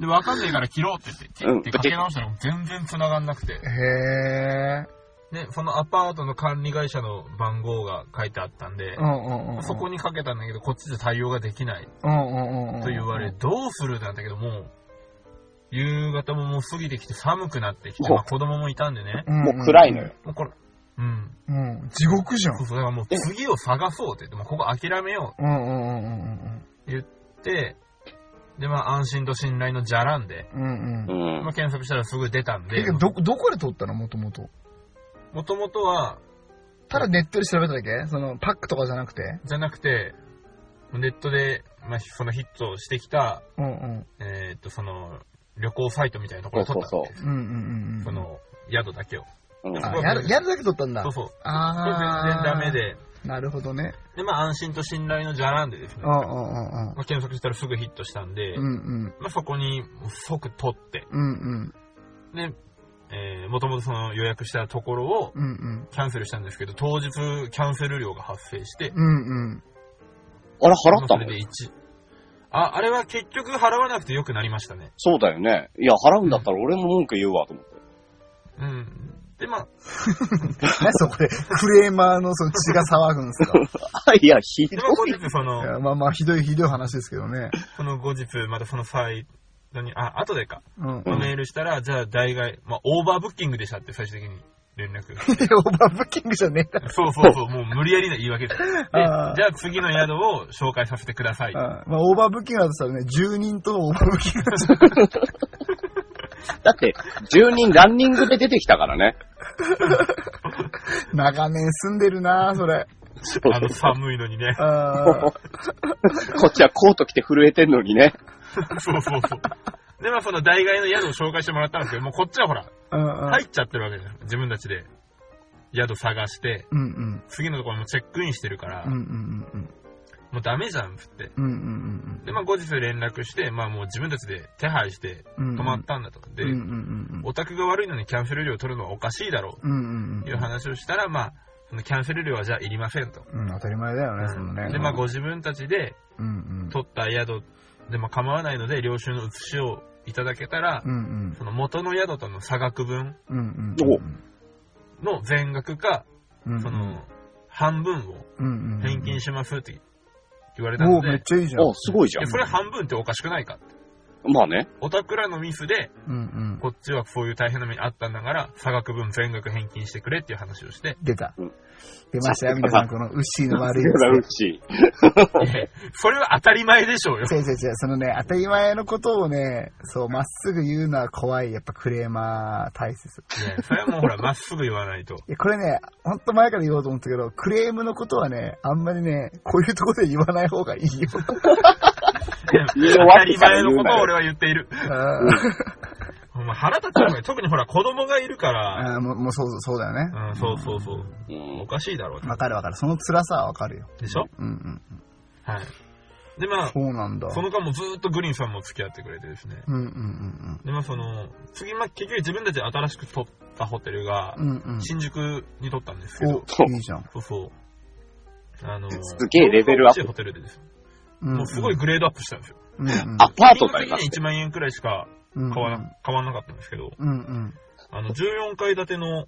[SPEAKER 1] で、わかんないから切ろうって言って、切
[SPEAKER 3] うん
[SPEAKER 1] ってかけ直したら全然繋がんなくて。
[SPEAKER 2] へえ。
[SPEAKER 1] で、そのアパートの管理会社の番号が書いてあったんで
[SPEAKER 2] う、んうんうん。
[SPEAKER 1] そこにかけたんだけど、こっちで対応ができない
[SPEAKER 2] うんうんうん。
[SPEAKER 1] と言われ、。どうするなんだけど、もう、夕方ももう過ぎてきて寒くなってきて、
[SPEAKER 3] そう
[SPEAKER 1] まあ子供もいたんでね、
[SPEAKER 2] も
[SPEAKER 3] もう暗いのよ。。
[SPEAKER 1] もうこれ、うん。
[SPEAKER 2] うん。地獄じゃん
[SPEAKER 1] そう。そう、だからもう次を探そうって言って、もうここ諦めよ
[SPEAKER 2] うんうんうんうん
[SPEAKER 1] うって、で、まあ安心と信頼のじゃらんで、
[SPEAKER 2] うん。うん
[SPEAKER 3] う
[SPEAKER 2] うん。
[SPEAKER 1] ま
[SPEAKER 3] ん
[SPEAKER 1] あ。検索したらすぐ出たん
[SPEAKER 2] え
[SPEAKER 1] で、、
[SPEAKER 2] ど、どこで撮ったのもともと。
[SPEAKER 1] もともとは、
[SPEAKER 2] ただネットで調べただけその、パックとかじゃなくて
[SPEAKER 1] じゃなくて、ネットで、まあ、そのヒットしてきた、
[SPEAKER 2] うんうん。
[SPEAKER 1] えーっと、その、旅行サイトみたいなところで撮ったんです
[SPEAKER 2] うんうんうん。
[SPEAKER 1] そ、の、宿だけを。
[SPEAKER 3] うん
[SPEAKER 2] あ、やる、やるだけ撮ったんだ。
[SPEAKER 1] そうそう。これ全
[SPEAKER 2] あー。
[SPEAKER 1] 然ダメ。で、
[SPEAKER 2] なるほどね。
[SPEAKER 1] で、まあ、安心と信頼のじゃらんでですね、
[SPEAKER 2] うん
[SPEAKER 1] ま
[SPEAKER 2] うんうんうん。
[SPEAKER 1] あ、検索したらすぐヒットしたんで、
[SPEAKER 2] うんうん。
[SPEAKER 1] まあ、そこに即取って、
[SPEAKER 2] うんうん。
[SPEAKER 1] で、えー、もともとその予約したところを
[SPEAKER 2] うんうん。
[SPEAKER 1] キャンセルしたんですけど、当日キャンセル料が発生して、
[SPEAKER 2] うんうん。
[SPEAKER 1] ま
[SPEAKER 3] あれ払
[SPEAKER 1] あ
[SPEAKER 3] った
[SPEAKER 1] そ
[SPEAKER 3] の
[SPEAKER 1] れで1。あ、あれは結局払わなくてよくなりましたね。
[SPEAKER 3] そうだよね。いや、払うんだったら俺も文句言うわ、と思って。
[SPEAKER 1] うん。で、まあ、
[SPEAKER 2] 何そこで、クレーマーのその血が騒ぐんで すか
[SPEAKER 3] あ、 いや、ひど
[SPEAKER 1] で、まあ、後
[SPEAKER 3] い。
[SPEAKER 1] 日そ
[SPEAKER 2] い
[SPEAKER 1] の、
[SPEAKER 2] やまあまあ、ひどいひどい話ですけどね。
[SPEAKER 1] その後日、またそのサイトに、あ、後でか、
[SPEAKER 2] うん。
[SPEAKER 3] うん
[SPEAKER 1] メールしたら、じゃあ代替、まあ、オーバーブッキングでしたって最終的に連 絡。
[SPEAKER 2] で、オーバーブッキングじゃねえ
[SPEAKER 1] そうそうそう、もう無理やりな言い訳で。で、じ
[SPEAKER 2] あ
[SPEAKER 1] ゃ
[SPEAKER 2] ー
[SPEAKER 1] あ次の宿を紹介させてください。
[SPEAKER 2] だ。うんまあ、オーバーブッキングだとしたらね、10人とオーバーブッキングだと
[SPEAKER 3] だって、住人ランニングで出てきたからね。
[SPEAKER 2] 長年住んでるなそれ。
[SPEAKER 1] あの寒いのにね。
[SPEAKER 2] あ
[SPEAKER 3] こっちはコート着て震えてんのにね。
[SPEAKER 1] そうそうそう。で、まあその代替の宿を紹介してもらったんですけど、もうこっちはほら、
[SPEAKER 2] ーうんうん。
[SPEAKER 1] 入っちゃってるわけじゃん。自分たちで宿探して、
[SPEAKER 2] うんうん。
[SPEAKER 1] 次のところもチェックインしてるから、
[SPEAKER 2] うんうんうん
[SPEAKER 1] もうダメじゃんっつって。
[SPEAKER 2] うん。うんうん
[SPEAKER 1] で、まあ後日連絡して、まあもう自分たちで手配して
[SPEAKER 2] うんうん。
[SPEAKER 1] 泊まったんだと。で
[SPEAKER 2] うん、うんうん
[SPEAKER 1] オタクが悪いのにキャンセル料取るのはおかしいだろう
[SPEAKER 2] うん。うんうん
[SPEAKER 1] いう話をしたら、まあ、そのキャンセル料はじゃあいりませんと。
[SPEAKER 2] うん。当たり前だよね、そのね。
[SPEAKER 1] で、まあ、ご自分たちで
[SPEAKER 2] うんうん。
[SPEAKER 1] 取った宿でも構わないので、領収の写しをいただけたら
[SPEAKER 2] う、んうん。
[SPEAKER 1] その元の宿との差額分
[SPEAKER 2] うんうん。
[SPEAKER 1] の全額か、
[SPEAKER 2] お
[SPEAKER 1] そ、の、半分を
[SPEAKER 2] うんうん。
[SPEAKER 1] 返金しますって言われた
[SPEAKER 2] お
[SPEAKER 1] の
[SPEAKER 2] お
[SPEAKER 1] で、
[SPEAKER 2] めっ
[SPEAKER 1] い
[SPEAKER 2] ちゃいいじゃん。
[SPEAKER 3] あ、すごいじゃん
[SPEAKER 1] や、。それ半分っておかしくないかって。
[SPEAKER 3] まあね。
[SPEAKER 1] おたくらのミスで、
[SPEAKER 2] うんうん。
[SPEAKER 1] こっちはそういう大変な目にあったんだから、差額分全額返金してくれっていう話を して、
[SPEAKER 2] 出た
[SPEAKER 3] うん。
[SPEAKER 2] 出ましたよ、皆さん、このウッシーの 悪いや
[SPEAKER 3] それは
[SPEAKER 2] つ。
[SPEAKER 3] うち。
[SPEAKER 1] いやそれは当たり前でしょうよ。
[SPEAKER 2] 違う違う違う、そのね、当たり前のことをね、そう、まっすぐ言うのは怖い、やっぱクレーマー大切。
[SPEAKER 1] いやそれはもうほら、まっすぐ言わないと。
[SPEAKER 2] いや、これね、ほんと前から言おうと思ったけど、クレームのことはね、あんまりね、こういうとこで言わない方がいいよ。
[SPEAKER 1] いや
[SPEAKER 3] 言い終
[SPEAKER 1] 当
[SPEAKER 3] わ
[SPEAKER 1] た
[SPEAKER 3] って
[SPEAKER 1] り
[SPEAKER 3] から
[SPEAKER 1] 前
[SPEAKER 3] 言
[SPEAKER 1] のこ
[SPEAKER 3] う
[SPEAKER 1] と
[SPEAKER 3] な
[SPEAKER 1] を
[SPEAKER 3] よ
[SPEAKER 1] 俺は言っている。
[SPEAKER 2] あ
[SPEAKER 1] お前腹立つよね。特にほら、子供がいるから、
[SPEAKER 2] あ、もう、もうそう、そうだよね。
[SPEAKER 1] うん、そうそうそう。
[SPEAKER 3] うん
[SPEAKER 1] おかしいだろう。
[SPEAKER 2] わかるわかる。その辛さはわかるよ。
[SPEAKER 1] でしょ
[SPEAKER 2] うんうん。
[SPEAKER 1] はい。で、まあ、
[SPEAKER 2] そうなんだ。
[SPEAKER 1] その間もずーっとグリーンさんも付き合ってくれてですね。
[SPEAKER 2] うんうんうん
[SPEAKER 1] で、まあその、次、まあ結局自分たちで新しく取ったホテルが
[SPEAKER 2] う、ん。うん
[SPEAKER 1] 新宿に取ったんですけ
[SPEAKER 2] うん。
[SPEAKER 1] ど、
[SPEAKER 3] そう
[SPEAKER 2] お、いいじゃん。
[SPEAKER 1] そうそう。あの、
[SPEAKER 3] すげえレベルアップ
[SPEAKER 1] 大きいホテルでです。
[SPEAKER 2] うんうん
[SPEAKER 1] もうすごいグレードアップしたんですよ。
[SPEAKER 2] うんうん。
[SPEAKER 3] アパートだ
[SPEAKER 1] 金
[SPEAKER 3] よ、だ
[SPEAKER 1] 額
[SPEAKER 3] っ
[SPEAKER 1] 的には1万円くらいしか
[SPEAKER 2] うんうん、
[SPEAKER 1] 変わら変わらなかったんですけど、
[SPEAKER 2] うんうん。
[SPEAKER 1] あの、14階建てのも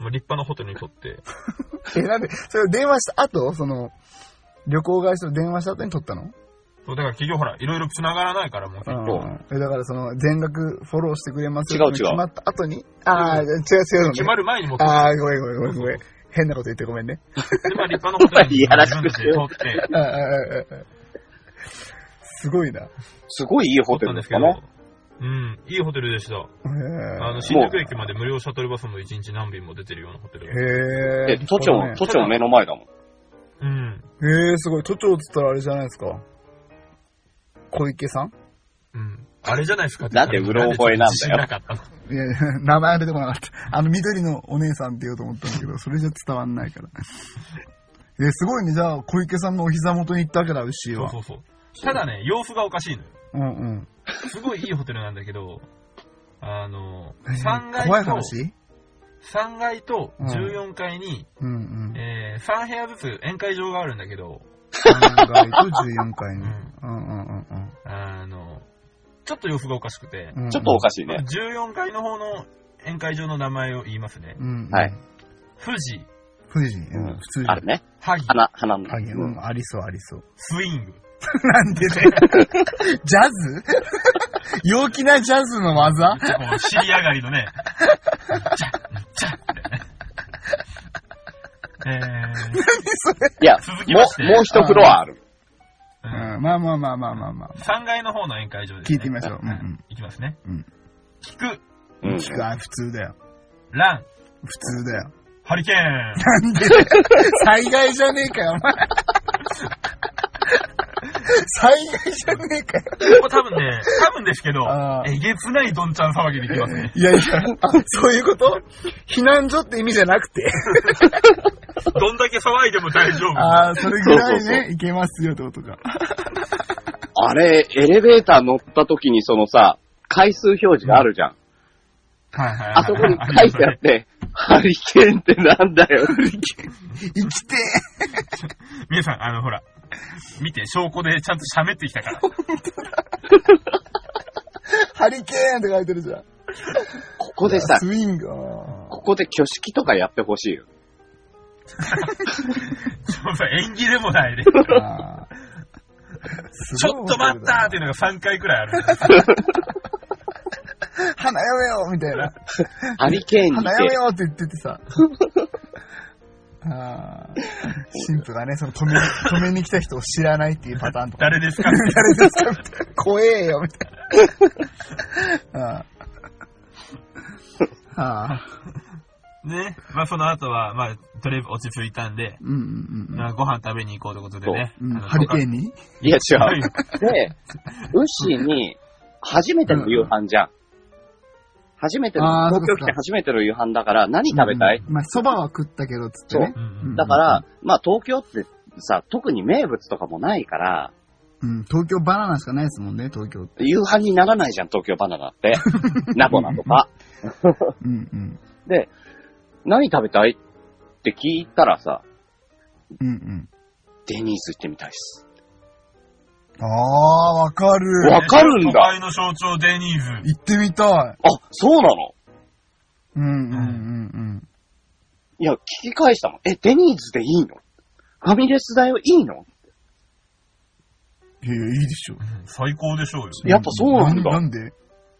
[SPEAKER 1] う立派なホテルにとって。
[SPEAKER 2] え、なんで、それを電話した後、その、旅行会社と電話した後に取ったの
[SPEAKER 1] そう、だから企業ほら、いろいろ繋がらないから、もう結
[SPEAKER 2] う
[SPEAKER 1] 構。
[SPEAKER 2] ん。え、だからその、全額フォローしてくれます
[SPEAKER 3] 違う違う
[SPEAKER 2] 決まった後に、ああ、違う違うのね
[SPEAKER 1] 決まる前にもう取っ
[SPEAKER 2] ああ、ごめんごめんごめんごめん。変なこと言ってごめんね。
[SPEAKER 1] て、まあ立派なホテルに
[SPEAKER 3] いやらしくして
[SPEAKER 1] 自分たちで取って、
[SPEAKER 2] ああああああすごいな。へ
[SPEAKER 3] すごいいいホ
[SPEAKER 1] 取
[SPEAKER 3] テ
[SPEAKER 1] った
[SPEAKER 3] ル
[SPEAKER 1] ん
[SPEAKER 3] で
[SPEAKER 1] ですすけ
[SPEAKER 3] かね
[SPEAKER 1] ど。。うん、いいホテルでした。あの、
[SPEAKER 2] え。
[SPEAKER 1] 新宿駅まで無料シャトルバスも1日何便も出てるようなホテル。
[SPEAKER 2] へ
[SPEAKER 3] え、
[SPEAKER 2] え。
[SPEAKER 3] 都庁、都庁目の前だもん。
[SPEAKER 1] うん。
[SPEAKER 2] へえ、すごい。都庁っつったらあれじゃないですか。小池さん
[SPEAKER 1] うん。あれじゃないですか
[SPEAKER 3] なんでうろ覚えな
[SPEAKER 1] なん
[SPEAKER 3] んだよ
[SPEAKER 1] でちょっと自信なかったの
[SPEAKER 2] いや、 名前出てこなかった。あの、緑のお姉さんって言おうと思ったんだけど、それじゃ伝わんないから。 え、すごいね。じゃあ、小池さんのお膝元に行ったわけだ、牛は。
[SPEAKER 1] そうそうそう。ただね、様子がおかしいのよ。
[SPEAKER 2] うんうん。
[SPEAKER 1] すごいいいホテルなんだけど、あの、3
[SPEAKER 2] 怖
[SPEAKER 1] 階
[SPEAKER 2] い
[SPEAKER 1] と、
[SPEAKER 2] 話
[SPEAKER 1] 3階と14階に、
[SPEAKER 2] うんうん。
[SPEAKER 1] えー、3部屋ずつ宴会場があるんだけど、
[SPEAKER 2] 3階と14階
[SPEAKER 1] う ん、
[SPEAKER 2] に。うんうんうんうん
[SPEAKER 1] あの、ちょっと様子がおかしくて、
[SPEAKER 2] うんうん。
[SPEAKER 3] ちょっとおかしいね。
[SPEAKER 1] 14階の方の宴会場の名前を言いますね。
[SPEAKER 2] うんうん。
[SPEAKER 3] はい。
[SPEAKER 1] 富士、
[SPEAKER 2] 富士、うん、普通に。
[SPEAKER 3] あるね。
[SPEAKER 1] 萩、
[SPEAKER 3] 花、花の。
[SPEAKER 2] ハゲ、
[SPEAKER 3] う
[SPEAKER 2] うんん、ありそうありそう。
[SPEAKER 1] スイング。
[SPEAKER 2] なんでだよ。 ジャズ 陽気なジャズの技
[SPEAKER 1] ちょっとこう尻上がりの ね、ちゃっちゃってね。
[SPEAKER 3] いや、
[SPEAKER 1] 続き
[SPEAKER 3] も
[SPEAKER 1] まして
[SPEAKER 3] う、もう一フロアある。
[SPEAKER 1] え
[SPEAKER 2] う
[SPEAKER 1] ー、
[SPEAKER 2] ん、まあまあまあまあまあまあ。
[SPEAKER 1] 3階の方の宴会場です、
[SPEAKER 2] 聞
[SPEAKER 1] ね。
[SPEAKER 2] いてみましょう。うんうん。
[SPEAKER 1] いきますね。
[SPEAKER 2] うん
[SPEAKER 1] 聞く、
[SPEAKER 3] うん。
[SPEAKER 2] 聞く、あ、普通だよ。
[SPEAKER 1] ラン、
[SPEAKER 2] 普通だよ。
[SPEAKER 1] ハリケーン。
[SPEAKER 2] なんで災害じゃねえかよ、お前。災害じゃねえかよ。
[SPEAKER 1] これ多分ね、多分ですけど
[SPEAKER 2] あ、ー
[SPEAKER 1] えげつないどんちゃん騒ぎできますね。
[SPEAKER 2] いやいや、あそういうこと避難所って意味じゃなくて。
[SPEAKER 1] どんだけ騒いでも大丈夫。
[SPEAKER 2] ああ、それぐらいね、
[SPEAKER 3] そうそう
[SPEAKER 2] いけますよってことか。
[SPEAKER 3] あれ、エレベーター乗った時にそのさ、回数表示があるじゃん。
[SPEAKER 1] はいはいはい
[SPEAKER 3] あそこに書いてあって、ハリケーンってなんだよ。
[SPEAKER 2] 生きて
[SPEAKER 1] 皆さん、あの、ほら、見て、証拠でちゃんと喋ってきた から。
[SPEAKER 2] えハリケーンって書いてるじゃん。
[SPEAKER 3] ここでさ、
[SPEAKER 2] スイング。あ
[SPEAKER 3] ここで挙式とかやってほしいよ。
[SPEAKER 1] そうそう演技でもないで。
[SPEAKER 2] ー あー
[SPEAKER 1] ちょっと待ったーっていうのが3回くらいあるんですよ。
[SPEAKER 2] 花嫁よみたいな。
[SPEAKER 3] ハリケーンに
[SPEAKER 2] 花
[SPEAKER 3] て
[SPEAKER 2] 嫁、よって言っててさ。ああ。 神父がね、その止め、止めに来た人を知らないっていうパターンとか。
[SPEAKER 1] 誰ですかって
[SPEAKER 2] 誰ですかみたいな。 怖えよみたいな。ああ。ああ。
[SPEAKER 1] ね。まあ、その後は、まあ、とりあえず落ち着いたんで、
[SPEAKER 2] うんうんうん
[SPEAKER 1] まあご飯食べに行こうということでね。
[SPEAKER 2] うん。ハリケーンに
[SPEAKER 3] いや違。
[SPEAKER 1] はいう
[SPEAKER 3] で、ウッシーに、初めての夕飯じゃん。初めて
[SPEAKER 2] あ
[SPEAKER 3] の、
[SPEAKER 2] ー
[SPEAKER 3] 東京来
[SPEAKER 2] そうで
[SPEAKER 3] て
[SPEAKER 2] すか
[SPEAKER 3] 初めての夕飯だから、何食べたい、
[SPEAKER 2] うんまあ、蕎麦は食ったけど、つってね。
[SPEAKER 1] うんうん
[SPEAKER 3] だから、まあ東京ってさ、特に名物とかもないから、
[SPEAKER 2] うん、東京バナナしかないですもんね、東京って。
[SPEAKER 3] 夕飯にならないじゃん、東京バナナ って。ナポナとか。
[SPEAKER 2] うんうん。
[SPEAKER 3] で、何食べたいって聞いたらさ、
[SPEAKER 2] うんうん。
[SPEAKER 3] デニーズ行ってみたいっす。
[SPEAKER 2] ああ、わかる。
[SPEAKER 3] わかるん
[SPEAKER 1] 都
[SPEAKER 3] だ。
[SPEAKER 1] 会の象徴デニーズ。
[SPEAKER 2] 行ってみたい。
[SPEAKER 3] あ、そうなの
[SPEAKER 2] うんうんうん
[SPEAKER 3] いや、聞き返したもん。え、デニーズでいいのファミレス代はいいの
[SPEAKER 2] うん。いや、いいでしょ。
[SPEAKER 1] うん最高でしょうよ。し
[SPEAKER 3] やっぱそうなんだ
[SPEAKER 2] なんで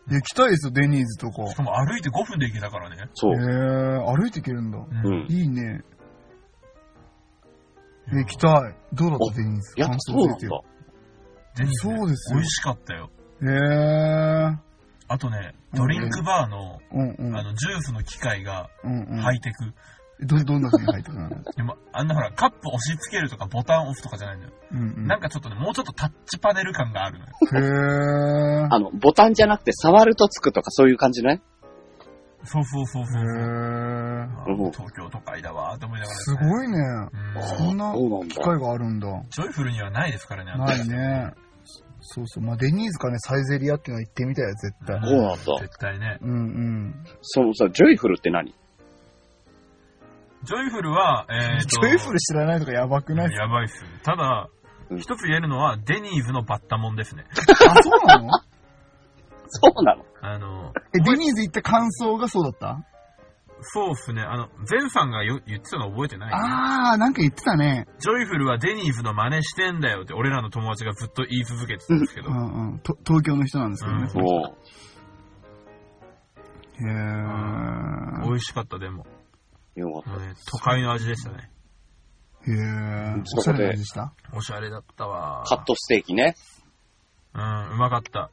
[SPEAKER 2] いや行きたいですよ、デニーズとか。
[SPEAKER 1] かも歩いて5分で行けたからね。
[SPEAKER 3] そ
[SPEAKER 2] へえ
[SPEAKER 3] う。
[SPEAKER 2] 歩いて行けるんだ。
[SPEAKER 1] うん
[SPEAKER 3] うん。
[SPEAKER 2] いいね。え、行きたい。どうだった、デニーズ。
[SPEAKER 3] やっぱそうなんだ。
[SPEAKER 1] デニーズ
[SPEAKER 2] そうですよ
[SPEAKER 1] 美味しかったよ。
[SPEAKER 2] へえ。
[SPEAKER 1] あとね、ドリンクバーの、
[SPEAKER 2] うんうん。
[SPEAKER 1] あの、ジュースの機械が
[SPEAKER 2] うんうん。
[SPEAKER 1] ハイテク。
[SPEAKER 2] ど、どんな風に入ってくるの
[SPEAKER 1] でも、あんなほら、カップ押し付けるとかボタン押すとかじゃないのよ。
[SPEAKER 2] うんうん。
[SPEAKER 1] なんかちょっとね、もうちょっとタッチパネル感があるのよ。
[SPEAKER 2] へー
[SPEAKER 3] あの、ボタンじゃなくて触るとつくとかそういう感じね。
[SPEAKER 1] そうそうそうそう。
[SPEAKER 2] へー
[SPEAKER 1] あ
[SPEAKER 3] うん
[SPEAKER 1] 東京都会だわーって思いながら、
[SPEAKER 2] すごいね。
[SPEAKER 1] うん
[SPEAKER 2] そんな
[SPEAKER 3] そうなん
[SPEAKER 2] 機
[SPEAKER 3] だ。
[SPEAKER 2] 会があるんだ。
[SPEAKER 1] ジョイフルにはないですからね。あの
[SPEAKER 2] ないね。そうそう。まあ、デニーズかね、サイゼリアっていうのは行ってみたいよ、絶対。
[SPEAKER 3] そうなんだ。
[SPEAKER 1] 絶対ね。
[SPEAKER 2] うんうん。
[SPEAKER 3] そのさ、ジョイフルって何
[SPEAKER 1] ジョイフルは、えーと、
[SPEAKER 2] ジョイフル知らないとかやばくないっす
[SPEAKER 1] やばいっす。ただ
[SPEAKER 3] う、ん
[SPEAKER 1] 一つ言えるのは、デニーズのバッタモンですね。
[SPEAKER 2] あ、そうなの
[SPEAKER 3] そうなの
[SPEAKER 1] あの、
[SPEAKER 2] え、デニーズ行った感想がそうだった
[SPEAKER 1] そうっすね。あの、ゼンさんがよ言ってたの覚えてない
[SPEAKER 2] あー、なんか言ってたね。
[SPEAKER 1] ジョイフルはデニーズの真似してんだよって、俺らの友達がずっと言い続けてたんですけど
[SPEAKER 2] う。んうん。と東京の人なんですけどね。
[SPEAKER 1] うん
[SPEAKER 3] もう、
[SPEAKER 2] へー
[SPEAKER 1] 美味しかった、でも。
[SPEAKER 3] よかった。
[SPEAKER 1] もうね、都会の味でしたね。
[SPEAKER 2] へーおし
[SPEAKER 3] そ
[SPEAKER 2] ゃ
[SPEAKER 3] こで
[SPEAKER 2] れな味した
[SPEAKER 1] おしゃれだったわ。
[SPEAKER 3] カットステーキね。
[SPEAKER 1] うん、うまかった。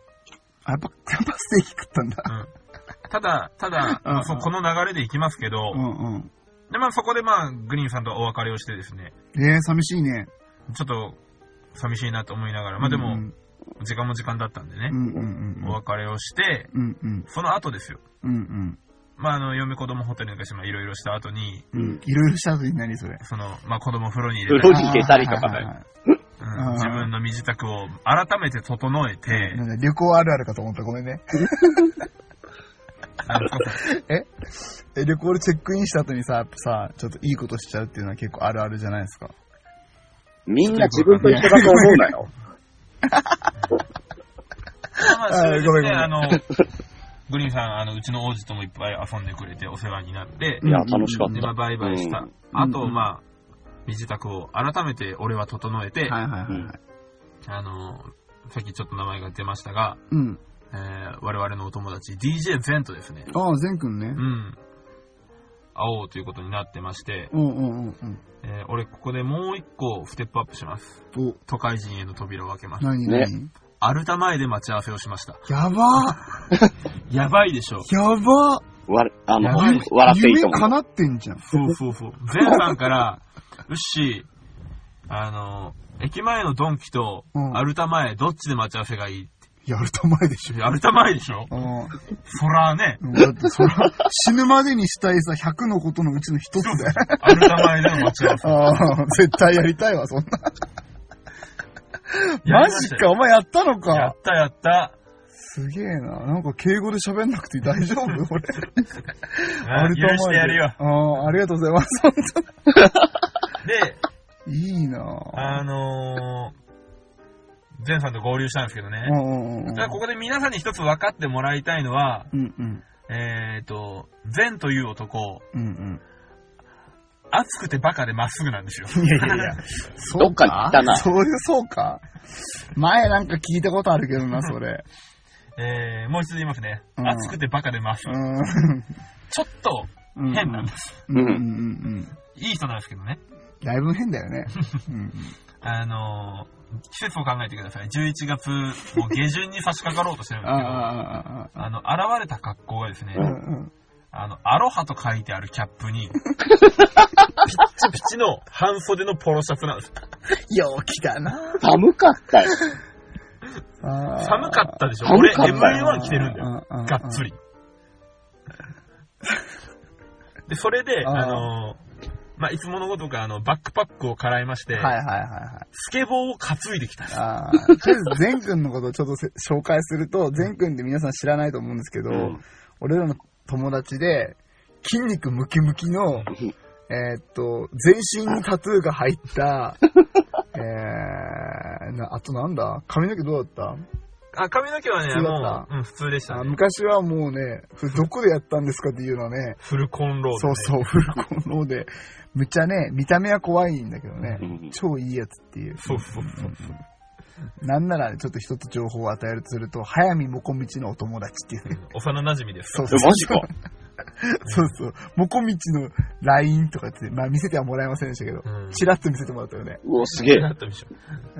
[SPEAKER 2] あ、やっぱ、やっぱステーキ食ったんだ。
[SPEAKER 1] ただ、ただ、
[SPEAKER 2] うん
[SPEAKER 1] まあそうこの流れでいきますけど、
[SPEAKER 2] うんうん。
[SPEAKER 1] で、まあそこでまあ、グリーンさんとお別れをしてですね、
[SPEAKER 2] えー、寂しいね。
[SPEAKER 1] ちょっと寂しいなと思いながら、まあで
[SPEAKER 2] う
[SPEAKER 1] も、
[SPEAKER 2] ん
[SPEAKER 1] 時間も時間だったんでね
[SPEAKER 2] う、んうん
[SPEAKER 1] お別れをして、
[SPEAKER 2] うん。うんうん。
[SPEAKER 1] その後ですよ。
[SPEAKER 2] うん
[SPEAKER 1] まああの、嫁子供ホテルに行かして、まあいろいろした後に、
[SPEAKER 2] うん。うん。いろいろした後に何それ。
[SPEAKER 1] その、まあ子供を風呂に入
[SPEAKER 3] 風
[SPEAKER 1] れた
[SPEAKER 3] 呂
[SPEAKER 1] り、
[SPEAKER 3] に入れたりとかだよ
[SPEAKER 2] はいはいはい
[SPEAKER 1] うん自分の身支度を改めて整えて、
[SPEAKER 2] なんだ旅行あるあるかと思った。ごめんね。
[SPEAKER 1] あの
[SPEAKER 2] え、旅行でチェックインした後にさ、やっぱさ、ちょっといいことしちゃうっていうのは結構あるあるじゃないですか。
[SPEAKER 3] みんな自分と一緒だと思うなよ。
[SPEAKER 1] まあまあ、それで
[SPEAKER 2] ごめんごめ
[SPEAKER 1] ね、
[SPEAKER 2] ん
[SPEAKER 1] あの、グリーンさん、あの、うちの王子ともいっぱい遊んでくれてお世話になって、
[SPEAKER 3] いや、楽しかっ
[SPEAKER 1] で、まあ、
[SPEAKER 3] た。
[SPEAKER 1] バイバイした。
[SPEAKER 2] ん
[SPEAKER 1] あ
[SPEAKER 2] うん
[SPEAKER 1] と、
[SPEAKER 2] うん
[SPEAKER 1] まあ、身支度を改めて俺は整えて、
[SPEAKER 2] はいはいはいはい。
[SPEAKER 1] あの、さっきちょっと名前が出ましたが、
[SPEAKER 2] うん。
[SPEAKER 1] えー我々のお友達、DJ ゼントですね。
[SPEAKER 2] ああ、善くんね
[SPEAKER 1] う。ん。会おうということになってまして、
[SPEAKER 2] うんうんうんうん。
[SPEAKER 1] えー俺ここでもう一個ステップアップします。
[SPEAKER 2] お、
[SPEAKER 1] 都会人への扉を開けます。
[SPEAKER 2] 何
[SPEAKER 3] ね
[SPEAKER 2] 何
[SPEAKER 1] アルタ前で待ち合わせをしました。
[SPEAKER 2] やば
[SPEAKER 1] やばいでしょ。
[SPEAKER 2] やば
[SPEAKER 3] わ、あの
[SPEAKER 1] やばい、
[SPEAKER 3] 笑っていいと
[SPEAKER 2] 夢
[SPEAKER 3] 思う。
[SPEAKER 2] 叶ってんじゃん。
[SPEAKER 1] そうそうそう。ゼンさんから、うっしー、あの、駅前のドンキと
[SPEAKER 2] うん
[SPEAKER 1] アルタ前、どっちで待ち合わせがいい
[SPEAKER 2] やると前でしょ。
[SPEAKER 1] アルタ前でしょ
[SPEAKER 2] うん。
[SPEAKER 1] そらね、
[SPEAKER 2] うんだってそれは死ぬまでにしたいさ、100のことのうちの一つだよ。
[SPEAKER 1] アルタ前での待ち合わ せ。
[SPEAKER 2] ああ、絶対やりたいわ、そんな。マジか、お前やったの
[SPEAKER 1] や
[SPEAKER 2] か
[SPEAKER 1] っ。たやった。
[SPEAKER 2] すげえな。なんか敬語で喋んなくて大丈夫俺。
[SPEAKER 1] あ許してやるよ。
[SPEAKER 2] ああ、ありがとうございます。本
[SPEAKER 1] で、
[SPEAKER 2] 当にいいなぁ。
[SPEAKER 1] あのー、ゼンさんと合流したんですけどね。
[SPEAKER 2] うんうんうんうん
[SPEAKER 1] ただここで皆さんに一つ分かってもらいたいのは、
[SPEAKER 2] うんうん
[SPEAKER 1] えっ、ー、と、ゼンという男、
[SPEAKER 2] うん
[SPEAKER 1] 熱くてバカでまっすぐなんですよ。
[SPEAKER 2] うん。いやいやいや。
[SPEAKER 3] どっかに行ったな
[SPEAKER 2] そういう、そうか。前なんか聞いたことあるけ どな、それ。
[SPEAKER 1] えー、もう一度言いますね。
[SPEAKER 2] うん
[SPEAKER 1] 熱くてバカでまっす
[SPEAKER 2] う
[SPEAKER 1] ぐ。
[SPEAKER 2] ん。
[SPEAKER 1] ちょっと
[SPEAKER 2] うん
[SPEAKER 1] 変なんです。
[SPEAKER 2] うんうんうんうん。
[SPEAKER 1] いい人なんですけどね。
[SPEAKER 2] だいぶ変だ よね。うん
[SPEAKER 1] あのー、季節を考えてください。11月、もう下旬に差し掛かろうとしてるん
[SPEAKER 2] あ
[SPEAKER 1] ですけど、
[SPEAKER 2] ああああああ
[SPEAKER 1] あの、現れた格好がですね、
[SPEAKER 2] うんうん
[SPEAKER 1] あの、アロハと書いてあるキャップに、ピッチピチの半袖のポロシャツなんです。
[SPEAKER 2] 陽気だな
[SPEAKER 3] 寒かったよ。
[SPEAKER 1] 寒かったでしょ
[SPEAKER 3] 寒
[SPEAKER 1] 俺、
[SPEAKER 3] かったよ
[SPEAKER 1] MA1 着てるんだよ。
[SPEAKER 2] よ
[SPEAKER 1] がっつ
[SPEAKER 2] り。
[SPEAKER 1] り。で、それで、
[SPEAKER 2] あー
[SPEAKER 1] あのー、まあ、いつものごとくあの、バックパックをからいまして、
[SPEAKER 2] はいはいはいはい。
[SPEAKER 1] スケボーを担いできた。
[SPEAKER 2] あーとりあえず、全くんのことをちょっとせ紹介すると、全くんって皆さん知らないと思うんですけど、
[SPEAKER 3] うん
[SPEAKER 2] 俺らの友達で、筋肉ムキムキの
[SPEAKER 3] ん、
[SPEAKER 2] えーっと、全身にタトゥーが入った、えー、なあとなんだ髪の毛どうだっ
[SPEAKER 1] あ、髪の毛はね、
[SPEAKER 2] 普通だっ
[SPEAKER 1] も
[SPEAKER 2] た、
[SPEAKER 1] う、うん、普通でしたた
[SPEAKER 2] あ
[SPEAKER 1] ね。
[SPEAKER 2] 昔はもうね、それどこでやったんですかっていうのはね、
[SPEAKER 1] フルコンロード、
[SPEAKER 2] そ
[SPEAKER 1] ね。
[SPEAKER 2] うそう、フルコンローで、むっちゃね、見た目は怖いんだけどね
[SPEAKER 3] う、ん
[SPEAKER 2] 超いいやつっていう。
[SPEAKER 1] そうそうそうそう。
[SPEAKER 2] なんならちょっと一つ情報を与えるとすると、早見もこみちのお友達っていうね。
[SPEAKER 1] 幼馴染みです。
[SPEAKER 2] そう
[SPEAKER 3] えマジか。
[SPEAKER 2] そうそう。もこみちの LINE とかって、まあ見せてはもらえませんでしたけど、
[SPEAKER 1] うん。
[SPEAKER 2] チラッと見せてもらったよね。
[SPEAKER 3] うお、すげえ。
[SPEAKER 1] なったでしょ。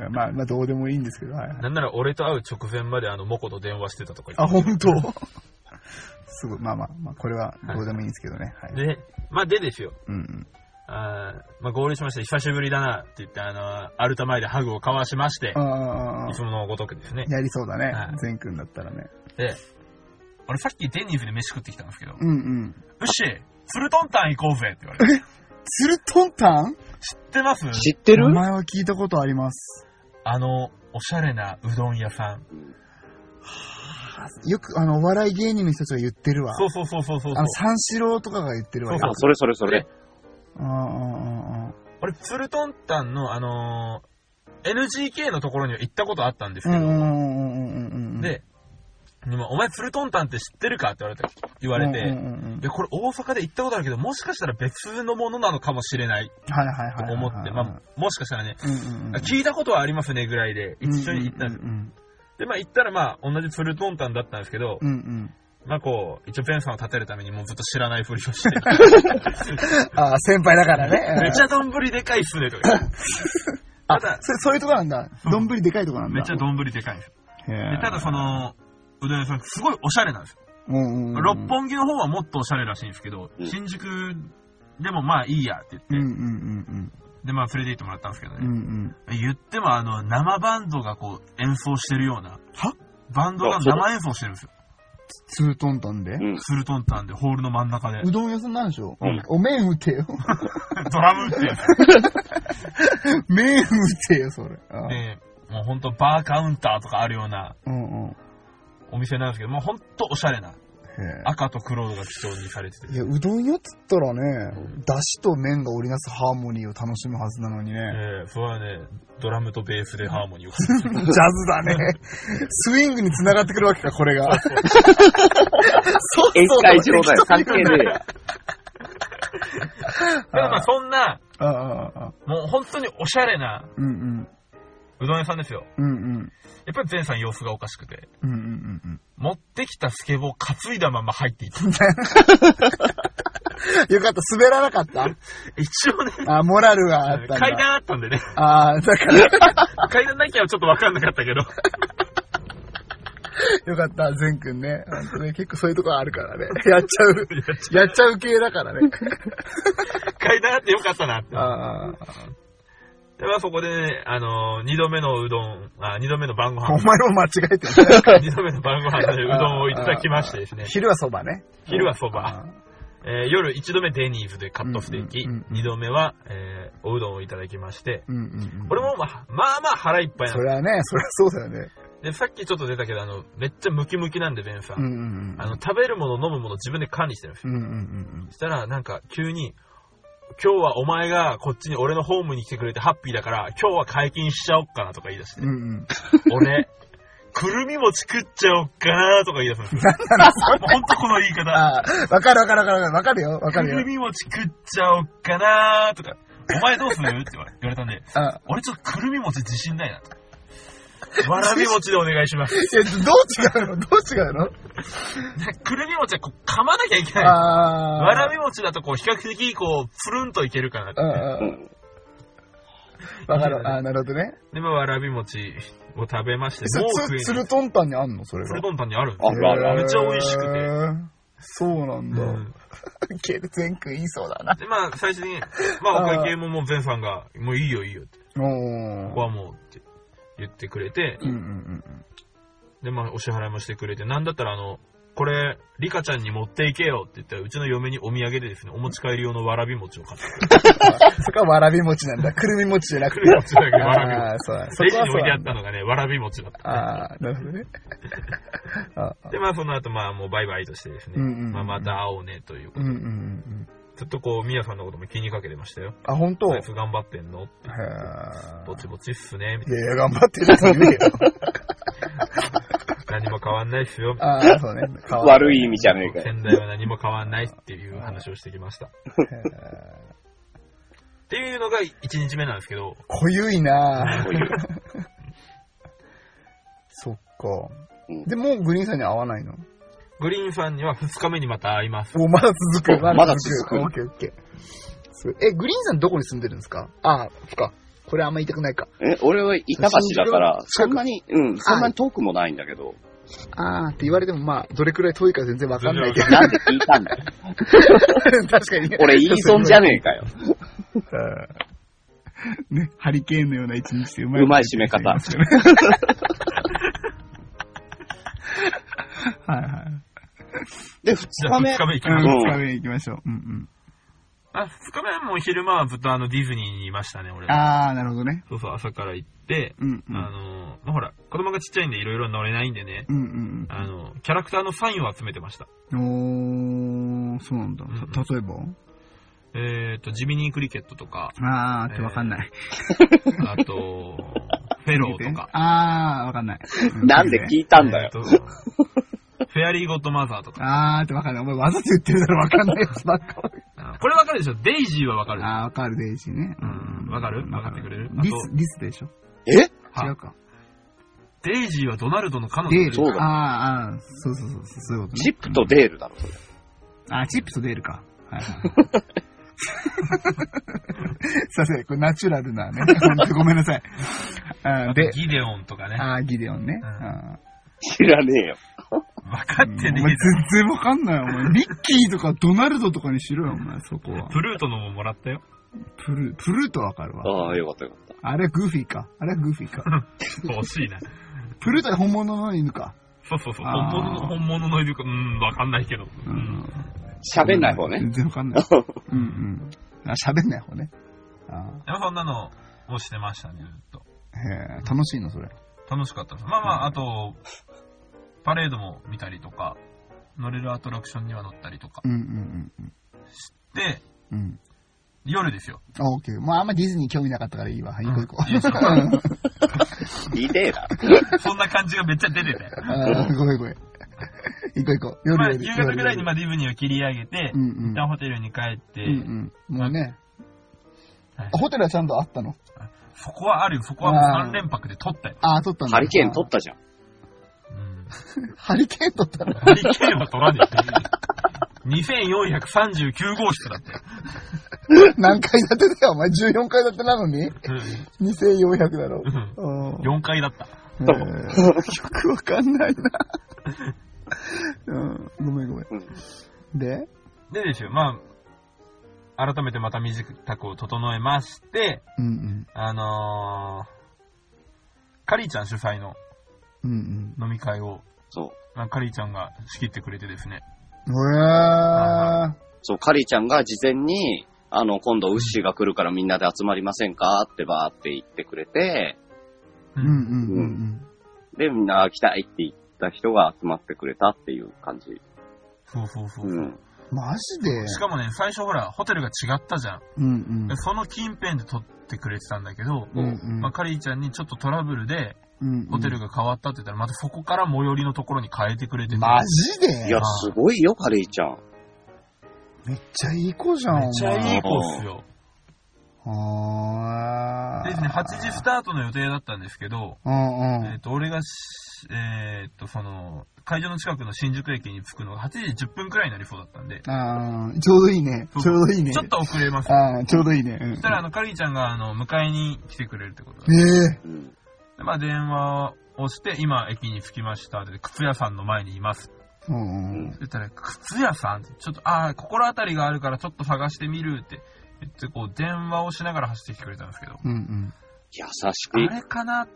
[SPEAKER 2] まあまあどうでもいいんですけど、はいはい。
[SPEAKER 1] なんなら俺と会う直前まであの、モコと電話してたとか言
[SPEAKER 2] あ、
[SPEAKER 1] って
[SPEAKER 2] 本当 すごい。まあまあ、まあこれはどうでもいいんですけどね。はい。
[SPEAKER 1] で、まあ、でですよ。
[SPEAKER 2] うんうん。
[SPEAKER 1] あーまあ、合流しまして、久しぶりだなって言って、あの、アルタ前でハグを交わしまして
[SPEAKER 2] あ、あああ
[SPEAKER 1] いつものごとくですね。
[SPEAKER 2] やりそうだ
[SPEAKER 1] は
[SPEAKER 2] ね
[SPEAKER 1] い。
[SPEAKER 2] 全くんだったらね。
[SPEAKER 1] で、俺さっきデニーズで飯食ってきたんですけど、う
[SPEAKER 2] うんうん。
[SPEAKER 1] っしー、ツルトンタン行こうぜって言わ れて。
[SPEAKER 2] ツルトンタン
[SPEAKER 1] 知ってます
[SPEAKER 3] 知ってる
[SPEAKER 2] 名前は聞いたことあります。
[SPEAKER 1] あの、おしゃれなうどん屋さん。
[SPEAKER 2] よく、あの、お笑い芸人の人たちが言ってるわ。
[SPEAKER 1] そうそうそうそうそう
[SPEAKER 2] あ。の、三四郎とかが言ってるわよ。
[SPEAKER 1] そう
[SPEAKER 3] あ、それそれそれ。
[SPEAKER 2] うんうんうんうん。
[SPEAKER 1] 俺、ツルトンタンの、あのー NGK のところには行ったことあったんです
[SPEAKER 2] う
[SPEAKER 1] け
[SPEAKER 2] ん
[SPEAKER 1] ど、
[SPEAKER 2] うんうんうんうんうん。、
[SPEAKER 1] で、でも、お前プルトンタンって知ってるかって言われて、言われて、
[SPEAKER 2] うんうんうん
[SPEAKER 1] いや、これ大阪で行ったことあるけど、もしかしたら別のものなのかもしれない
[SPEAKER 2] はいはいはいはいはい。
[SPEAKER 1] と思って、まあ、もしかしたらね、
[SPEAKER 2] うんうんうん、
[SPEAKER 1] あ聞いたことはありますねぐらいで、一緒に行ったんですよ。
[SPEAKER 2] うんうん
[SPEAKER 1] で、まあ行ったらまあ、同じプルトンタンだったんですけど、
[SPEAKER 2] うん。うん
[SPEAKER 1] まあこう、一応ペンさんを立てるためにもうずっと知らないふりを して、
[SPEAKER 2] うん。ああ、先輩だか ら
[SPEAKER 1] め
[SPEAKER 2] ね。
[SPEAKER 1] ちゃ丼でかいっすねとか言って。
[SPEAKER 2] あ
[SPEAKER 1] ただ、
[SPEAKER 2] そそういうとこなんだ。どんぶりでかいとこなんだ。
[SPEAKER 1] めっちゃ丼でかいんですよ。
[SPEAKER 2] へ
[SPEAKER 1] で
[SPEAKER 2] え
[SPEAKER 1] ただそ、の、うどん屋さん、すごいおしゃれなんですよ。
[SPEAKER 2] うんうんうん、
[SPEAKER 1] 六本木の方はもっとおしゃれらしいんですけど、
[SPEAKER 3] うん
[SPEAKER 1] 新宿でもまあいいやって
[SPEAKER 2] うん
[SPEAKER 1] 言
[SPEAKER 2] う
[SPEAKER 1] って、
[SPEAKER 2] んうん
[SPEAKER 1] でまあ連れて行ってもらったんですけど
[SPEAKER 2] うん。う
[SPEAKER 1] ね。
[SPEAKER 2] んうん。
[SPEAKER 1] 言ってもあの、生バンドがこう演奏してるような、
[SPEAKER 2] は
[SPEAKER 1] バンドが生演奏してるんですよ。
[SPEAKER 2] ツートントンで、
[SPEAKER 3] う。
[SPEAKER 2] うん
[SPEAKER 1] スルトンタンでホールの真ん中で、
[SPEAKER 2] どん屋さんなんでしょう、
[SPEAKER 3] うん
[SPEAKER 2] お麺打て よ。
[SPEAKER 1] ドラム打ってやつ
[SPEAKER 2] 麺打てよ、それ。ああ
[SPEAKER 1] で、もうほんとバーカウンターとかあるような
[SPEAKER 2] うんうん。へ
[SPEAKER 1] お店なんですけど、もうほんとおしゃれな、
[SPEAKER 2] え。
[SPEAKER 1] 赤と黒が基調にされてて
[SPEAKER 2] い。や、うどん屋っつったらね、だしと麺が織りなすハーモニーを楽しむはずなのにね、
[SPEAKER 1] ええそれはね、ドラムとベースでハーモニーを 感じ
[SPEAKER 2] ジ
[SPEAKER 1] て
[SPEAKER 2] ャズだ ね。スイングに繋がってくるわけか、これ が。そう
[SPEAKER 3] 宴
[SPEAKER 2] そう。
[SPEAKER 3] 会場だよ。関係ねえよ。
[SPEAKER 1] ただまあそんな、
[SPEAKER 2] ああ、ああ、
[SPEAKER 1] もう本当におしゃれな
[SPEAKER 2] うんうん。
[SPEAKER 1] うどん屋さんですよ。
[SPEAKER 2] うんうん。
[SPEAKER 1] やっぱり前さん様子がおかしくて、
[SPEAKER 2] うんうんうんうん。
[SPEAKER 1] 持ってきたスケボー担いだまま入っていった。
[SPEAKER 2] よかった、滑らなかった
[SPEAKER 1] 一応ね、
[SPEAKER 2] あ、モラルがあったんだ。
[SPEAKER 1] 階段あったんでね、
[SPEAKER 2] ああ、だから、
[SPEAKER 1] 階段なきゃちょっとわかんなかったけど、
[SPEAKER 2] よかった、善くんね。本当ね、結構そういうとこあるから ね。やっちゃう、やっちゃう系だから ね。
[SPEAKER 1] 階段あってよかったなって。
[SPEAKER 2] ああ、
[SPEAKER 1] で、まあそこでね、あのー二度目のうどん、あ、二度目の晩ご
[SPEAKER 2] お
[SPEAKER 1] 飯、
[SPEAKER 2] 前も間違えてるね。
[SPEAKER 1] 二度目の晩ご飯でうどんをいただきましてですね、
[SPEAKER 2] 昼はそばね。
[SPEAKER 1] 昼はそば、えー夜一度目デニーズでカットステーキ
[SPEAKER 2] うんうんうん、うん
[SPEAKER 1] 二度目は、えーおうどんをいただきまして、
[SPEAKER 2] うんうんうん。
[SPEAKER 1] これもまあ、まあまあ腹いっぱいなん
[SPEAKER 2] そ
[SPEAKER 1] で
[SPEAKER 2] れはね、それはそうだよね。
[SPEAKER 1] すで、さっきちょっと出たけど、あの、めっちゃムキムキなんで、ベンさ
[SPEAKER 2] うん
[SPEAKER 1] ん。
[SPEAKER 2] うんうん。
[SPEAKER 1] あの、食べるもの、飲むもの自分で管理してるんです
[SPEAKER 2] う
[SPEAKER 1] よ。
[SPEAKER 2] んうんうん
[SPEAKER 1] そしたら、なんか急に、今日はお前がこっちに俺のホームに来てくれてハッピーだから、今日は解禁しちゃおっかなとか言い出して
[SPEAKER 2] うん。う。んうん。
[SPEAKER 1] 俺、くるみ餅食っちゃおっかなとか言い出すんですよ。ほんとこの言い方。
[SPEAKER 2] ああ、わかるわかるわかるわかるよ、わか
[SPEAKER 1] く
[SPEAKER 2] る
[SPEAKER 1] る
[SPEAKER 2] よ。
[SPEAKER 1] み餅食っちゃおっかなとか。お前どうするって言われたんで、
[SPEAKER 2] あ
[SPEAKER 1] 俺ちょっとくるみ餅自信ないなと。わらび餅でお願いし ます。
[SPEAKER 2] え、どう違うのどう違うの
[SPEAKER 1] くるみ餅はこう噛まなきゃいけない。
[SPEAKER 2] ああ。
[SPEAKER 1] わらび餅だとこう比較的こう、つるんといけるかなって
[SPEAKER 2] うんう。
[SPEAKER 3] うんん。
[SPEAKER 2] わかる。ああ、なるほどね。
[SPEAKER 1] で、まあわらび餅を食べまして、
[SPEAKER 2] そ
[SPEAKER 1] もう食
[SPEAKER 2] つ
[SPEAKER 1] え
[SPEAKER 2] つ
[SPEAKER 1] ない。
[SPEAKER 2] るとんたんにあんのそれ
[SPEAKER 1] つ
[SPEAKER 2] が
[SPEAKER 1] る。どんたんにあるんで
[SPEAKER 3] あるあるあ
[SPEAKER 1] るめっちゃ美味しくて
[SPEAKER 2] へー。そうなん
[SPEAKER 1] す
[SPEAKER 2] だ
[SPEAKER 1] よ。う。ん
[SPEAKER 2] けど、全く言いそうだな。
[SPEAKER 1] で、まあ最初に、まあお会計ももう前さんが、もういいよいいよって。
[SPEAKER 2] お
[SPEAKER 1] ここはもうって言ってくれて、
[SPEAKER 2] うんうんうん
[SPEAKER 1] で、まあ、お支払いもしてくれて、なんだったら、あの、これ、リカちゃんに持っていけよって言ったら、うちの嫁にお土産でですね、お持ち帰り用のわらび餅を買ってく
[SPEAKER 2] うん。そこはわらび餅なんだ。 くるみ餅じゃなくて。
[SPEAKER 1] る。餅だけどわらび餅。
[SPEAKER 2] ああ、そうだ。そ
[SPEAKER 1] レジ
[SPEAKER 2] こは
[SPEAKER 1] に置
[SPEAKER 2] そう
[SPEAKER 1] いてあ
[SPEAKER 2] な
[SPEAKER 1] っ
[SPEAKER 2] んだ。
[SPEAKER 1] たのがね、わらび餅だった。
[SPEAKER 2] ああ、なるほどね。あ
[SPEAKER 1] で、まあ、その後、まあ、もうバイバイとしてですね、
[SPEAKER 2] うんうんうん
[SPEAKER 1] まあ、また会おうね、というこ
[SPEAKER 2] う
[SPEAKER 1] と
[SPEAKER 2] ん
[SPEAKER 1] で、
[SPEAKER 2] うんうんうん。
[SPEAKER 1] ずっとこう、みやさんのことも気にかけてましたよ。
[SPEAKER 2] あ、本当
[SPEAKER 1] あ
[SPEAKER 2] へ
[SPEAKER 1] いつ頑張ってんのって
[SPEAKER 2] え。
[SPEAKER 1] ぼちぼちっすね、み
[SPEAKER 2] いやいや、頑張ってるって言えよ。
[SPEAKER 1] たいな。何も変わんないっすよ。
[SPEAKER 2] ああ、そうね。い。
[SPEAKER 3] 悪い意味じゃねえかよ。
[SPEAKER 1] 仙台は何も変わんないっていう話をしてきました。っていうのが1日目なんですけど、
[SPEAKER 2] 濃ゆいな
[SPEAKER 3] こういう
[SPEAKER 2] そっか
[SPEAKER 3] うん。
[SPEAKER 2] で、もうグリーンさんに会わないの
[SPEAKER 1] グリーンさんには2日目にまた会います。
[SPEAKER 2] お、まだ続く。
[SPEAKER 3] まだ続く
[SPEAKER 2] オッケーオッケー。そうえ、グリーンさんどこに住んでるんですかあ、そっか。これあんま言いたくないか。
[SPEAKER 3] え、俺は板橋だから、
[SPEAKER 2] 新宿の近く
[SPEAKER 3] そんなに、うん、そんなに遠くもないんだけど、
[SPEAKER 2] あーって言われてもまあ、どれくらい遠いか全然わかんないけど。
[SPEAKER 3] なんで聞いたんだよ。
[SPEAKER 2] 確かに ね。
[SPEAKER 3] 俺言い損じ ゃねえかよ。
[SPEAKER 2] うんね、ハリケーンのような一日でうま
[SPEAKER 3] うまい締め 方
[SPEAKER 2] はいはい。
[SPEAKER 3] で、二
[SPEAKER 1] じゃ
[SPEAKER 3] 日
[SPEAKER 1] あ
[SPEAKER 3] 目
[SPEAKER 1] 2日、目行き
[SPEAKER 2] う、
[SPEAKER 1] ましょうん
[SPEAKER 2] 二日
[SPEAKER 3] うん
[SPEAKER 2] 目行きましょう。うん
[SPEAKER 1] あ、2日目はもう昼間はずっとあのディズニーにいましたね、俺
[SPEAKER 2] うん。
[SPEAKER 1] は。
[SPEAKER 2] あー、なるほどね。
[SPEAKER 1] そうそう、朝から行って、
[SPEAKER 2] うんうん。
[SPEAKER 1] あの、まあ、ほら、子供がちっちゃいんでいろいろ乗れないんでね、
[SPEAKER 2] うん
[SPEAKER 1] あの、キャラクターのサインを集めてました。
[SPEAKER 2] うん。おー、そうなんだ。た例えば
[SPEAKER 1] えっ、と、ジミニークリケットとか、
[SPEAKER 2] あーってわかんない。
[SPEAKER 1] あ と、フェローとか。
[SPEAKER 2] あー、わかんない。う
[SPEAKER 3] なんで聞いたんだよ。
[SPEAKER 1] えーとフェアリーゴッドマザーとか。
[SPEAKER 2] あーってわかんない。お前わざと言ってるだろ、わかんないやつばっか。
[SPEAKER 1] これわかるでしょデイジーはわかる。
[SPEAKER 2] あー、わかるでしね。
[SPEAKER 1] うんわかるわかってくれる
[SPEAKER 2] リ
[SPEAKER 1] あ
[SPEAKER 2] ス、リスでしょ
[SPEAKER 3] え
[SPEAKER 1] は
[SPEAKER 2] 違うか。
[SPEAKER 1] デイジーはドナルドの彼
[SPEAKER 2] デー
[SPEAKER 1] 女
[SPEAKER 2] ル。
[SPEAKER 3] そうだ
[SPEAKER 2] あー、あー、そうそうそう、そういうことね。
[SPEAKER 3] ジップとデールだろ、それ。
[SPEAKER 2] あ、チップとデールか。はいはい はい。すいません、これナチュラルなね。 本当ごめんなさい。あー
[SPEAKER 1] で
[SPEAKER 2] で、
[SPEAKER 1] ギデオンとかね。
[SPEAKER 2] あー、ギデオンね。
[SPEAKER 1] うん
[SPEAKER 2] あ
[SPEAKER 3] 知らねえよ。
[SPEAKER 1] わかっ
[SPEAKER 2] ー
[SPEAKER 1] て
[SPEAKER 2] お
[SPEAKER 1] ね
[SPEAKER 2] 前
[SPEAKER 1] え
[SPEAKER 2] 全然わかんないよ、お前。ミッキーとかドナルドとかにしろよ、お前、そこは
[SPEAKER 1] だ。。プルートのももらったよ。
[SPEAKER 2] プル、プルートわかるわ。
[SPEAKER 3] ああ、よかったよかっ
[SPEAKER 2] あれはグーフィーか。あれはグーフィーか。
[SPEAKER 1] 欲しいな。
[SPEAKER 2] プルートは本物の犬か。
[SPEAKER 1] そうそうそう。
[SPEAKER 2] あー
[SPEAKER 1] 本物の、本物のいるか、うん、わかんないけど。うん。
[SPEAKER 3] た。喋んない方ね。
[SPEAKER 2] 全然わかんない。うんうん。あ、喋んない方ね。あ
[SPEAKER 1] でもそんなのをしてましたね、ずっと。
[SPEAKER 2] ーへー楽しいの、それ。
[SPEAKER 1] 楽しかったです。まあまあ、あと、パレードも見たりとか、乗れるアトラクションには乗ったりとか
[SPEAKER 2] う。んうん
[SPEAKER 1] で、
[SPEAKER 2] うん。うん。
[SPEAKER 1] 夜ですよ。
[SPEAKER 2] あ、オッケー。まあ、あんまディズニー興味なかったからいいわ。はい、行こう
[SPEAKER 1] いいで
[SPEAKER 2] 行
[SPEAKER 1] しょ
[SPEAKER 2] こう。
[SPEAKER 3] いいでえな。
[SPEAKER 1] そんな感じがめっちゃ出てて。
[SPEAKER 2] あ ーごめんごめん。行こう行こう。
[SPEAKER 1] まあ、
[SPEAKER 2] 夜
[SPEAKER 1] 夕方ぐらいにまあディズニーを切り上げて
[SPEAKER 2] う、んうん
[SPEAKER 1] 一。旦ホテルに帰って、
[SPEAKER 2] うんうん。もうね。
[SPEAKER 1] はい
[SPEAKER 2] あホテルはちゃんとあったの
[SPEAKER 1] そこはあるよ。そこはもう3連泊で撮ったよ。
[SPEAKER 2] あー、撮ったんだ。
[SPEAKER 3] ハリケーン取ったじゃん。
[SPEAKER 1] うん。
[SPEAKER 2] ハリケーン撮ったの
[SPEAKER 1] ハリケーンは撮らね え。2439号室だったよ。
[SPEAKER 2] 何階建てだよ、お前。14階建てなのに ?2400 だろ。
[SPEAKER 1] うん
[SPEAKER 2] うん
[SPEAKER 1] 4階だった。
[SPEAKER 2] えーよくわかんないな。うん、ごめんごめん。
[SPEAKER 3] うん。
[SPEAKER 2] で、
[SPEAKER 1] でですよ、まあ、改めてまた身支度を整えまして、
[SPEAKER 2] うん
[SPEAKER 1] あのー、カリーちゃん主催の
[SPEAKER 2] うん。うん
[SPEAKER 1] 飲み会を、
[SPEAKER 3] そう。
[SPEAKER 1] まあ、カリーちゃんが仕切ってくれてですね。
[SPEAKER 2] うん。うわー。
[SPEAKER 3] そう、カリーちゃんが事前に、あの、今度ウッシーが来るからみんなで集まりませんかってばーって言ってくれて、
[SPEAKER 1] う
[SPEAKER 2] うんうんうんうん。
[SPEAKER 3] で、みんな来たいって言った人が集まってくれたっていう感じ。
[SPEAKER 1] そうそうそう。
[SPEAKER 3] うん。
[SPEAKER 2] マジで
[SPEAKER 1] しかもね、最初ほら、ホテルが違ったじゃん。
[SPEAKER 2] うん
[SPEAKER 1] でその近辺で撮ってくれてたんだけど、
[SPEAKER 2] うん。うんうん
[SPEAKER 1] まあ、カリーちゃんにちょっとトラブルで、
[SPEAKER 2] うんうん
[SPEAKER 1] ホテルが変わったって言ったら、またそこから最寄りのところに変えてくれてて。
[SPEAKER 2] マジ
[SPEAKER 3] い
[SPEAKER 2] で
[SPEAKER 3] や、すごいよ、カリーちゃん。
[SPEAKER 2] めっちゃいい子じゃん、
[SPEAKER 1] めっちゃいい子っすよ。
[SPEAKER 2] お前。
[SPEAKER 1] でですね、8時スタートの予定だったんですけど、
[SPEAKER 2] うんう
[SPEAKER 1] えっ、
[SPEAKER 2] ん。
[SPEAKER 1] と、俺がし、えっ、と、その、会場の近くの新宿駅に着くのが8時10分くらいになりそうだったんで、
[SPEAKER 2] あーちょうどいいね。ちょうどいいね。
[SPEAKER 1] ちょっと遅れます。そ
[SPEAKER 2] あーちょうどいいね。うん
[SPEAKER 1] したら、あの、カリーちゃんが、あの、迎えに来てくれるってことだ。
[SPEAKER 2] ええ
[SPEAKER 3] うん。
[SPEAKER 1] で、まあ、電話をして、今、駅に着きました。で、靴屋さんの前にいます。
[SPEAKER 2] うんうん。
[SPEAKER 1] そしたら、靴屋さんってちょっと、ああ、心当たりがあるからちょっと探してみるって言って、こう、電話をしながら走ってきてくれたんですけど、
[SPEAKER 2] うん
[SPEAKER 3] 優し
[SPEAKER 1] あ
[SPEAKER 3] く。
[SPEAKER 1] れかなこ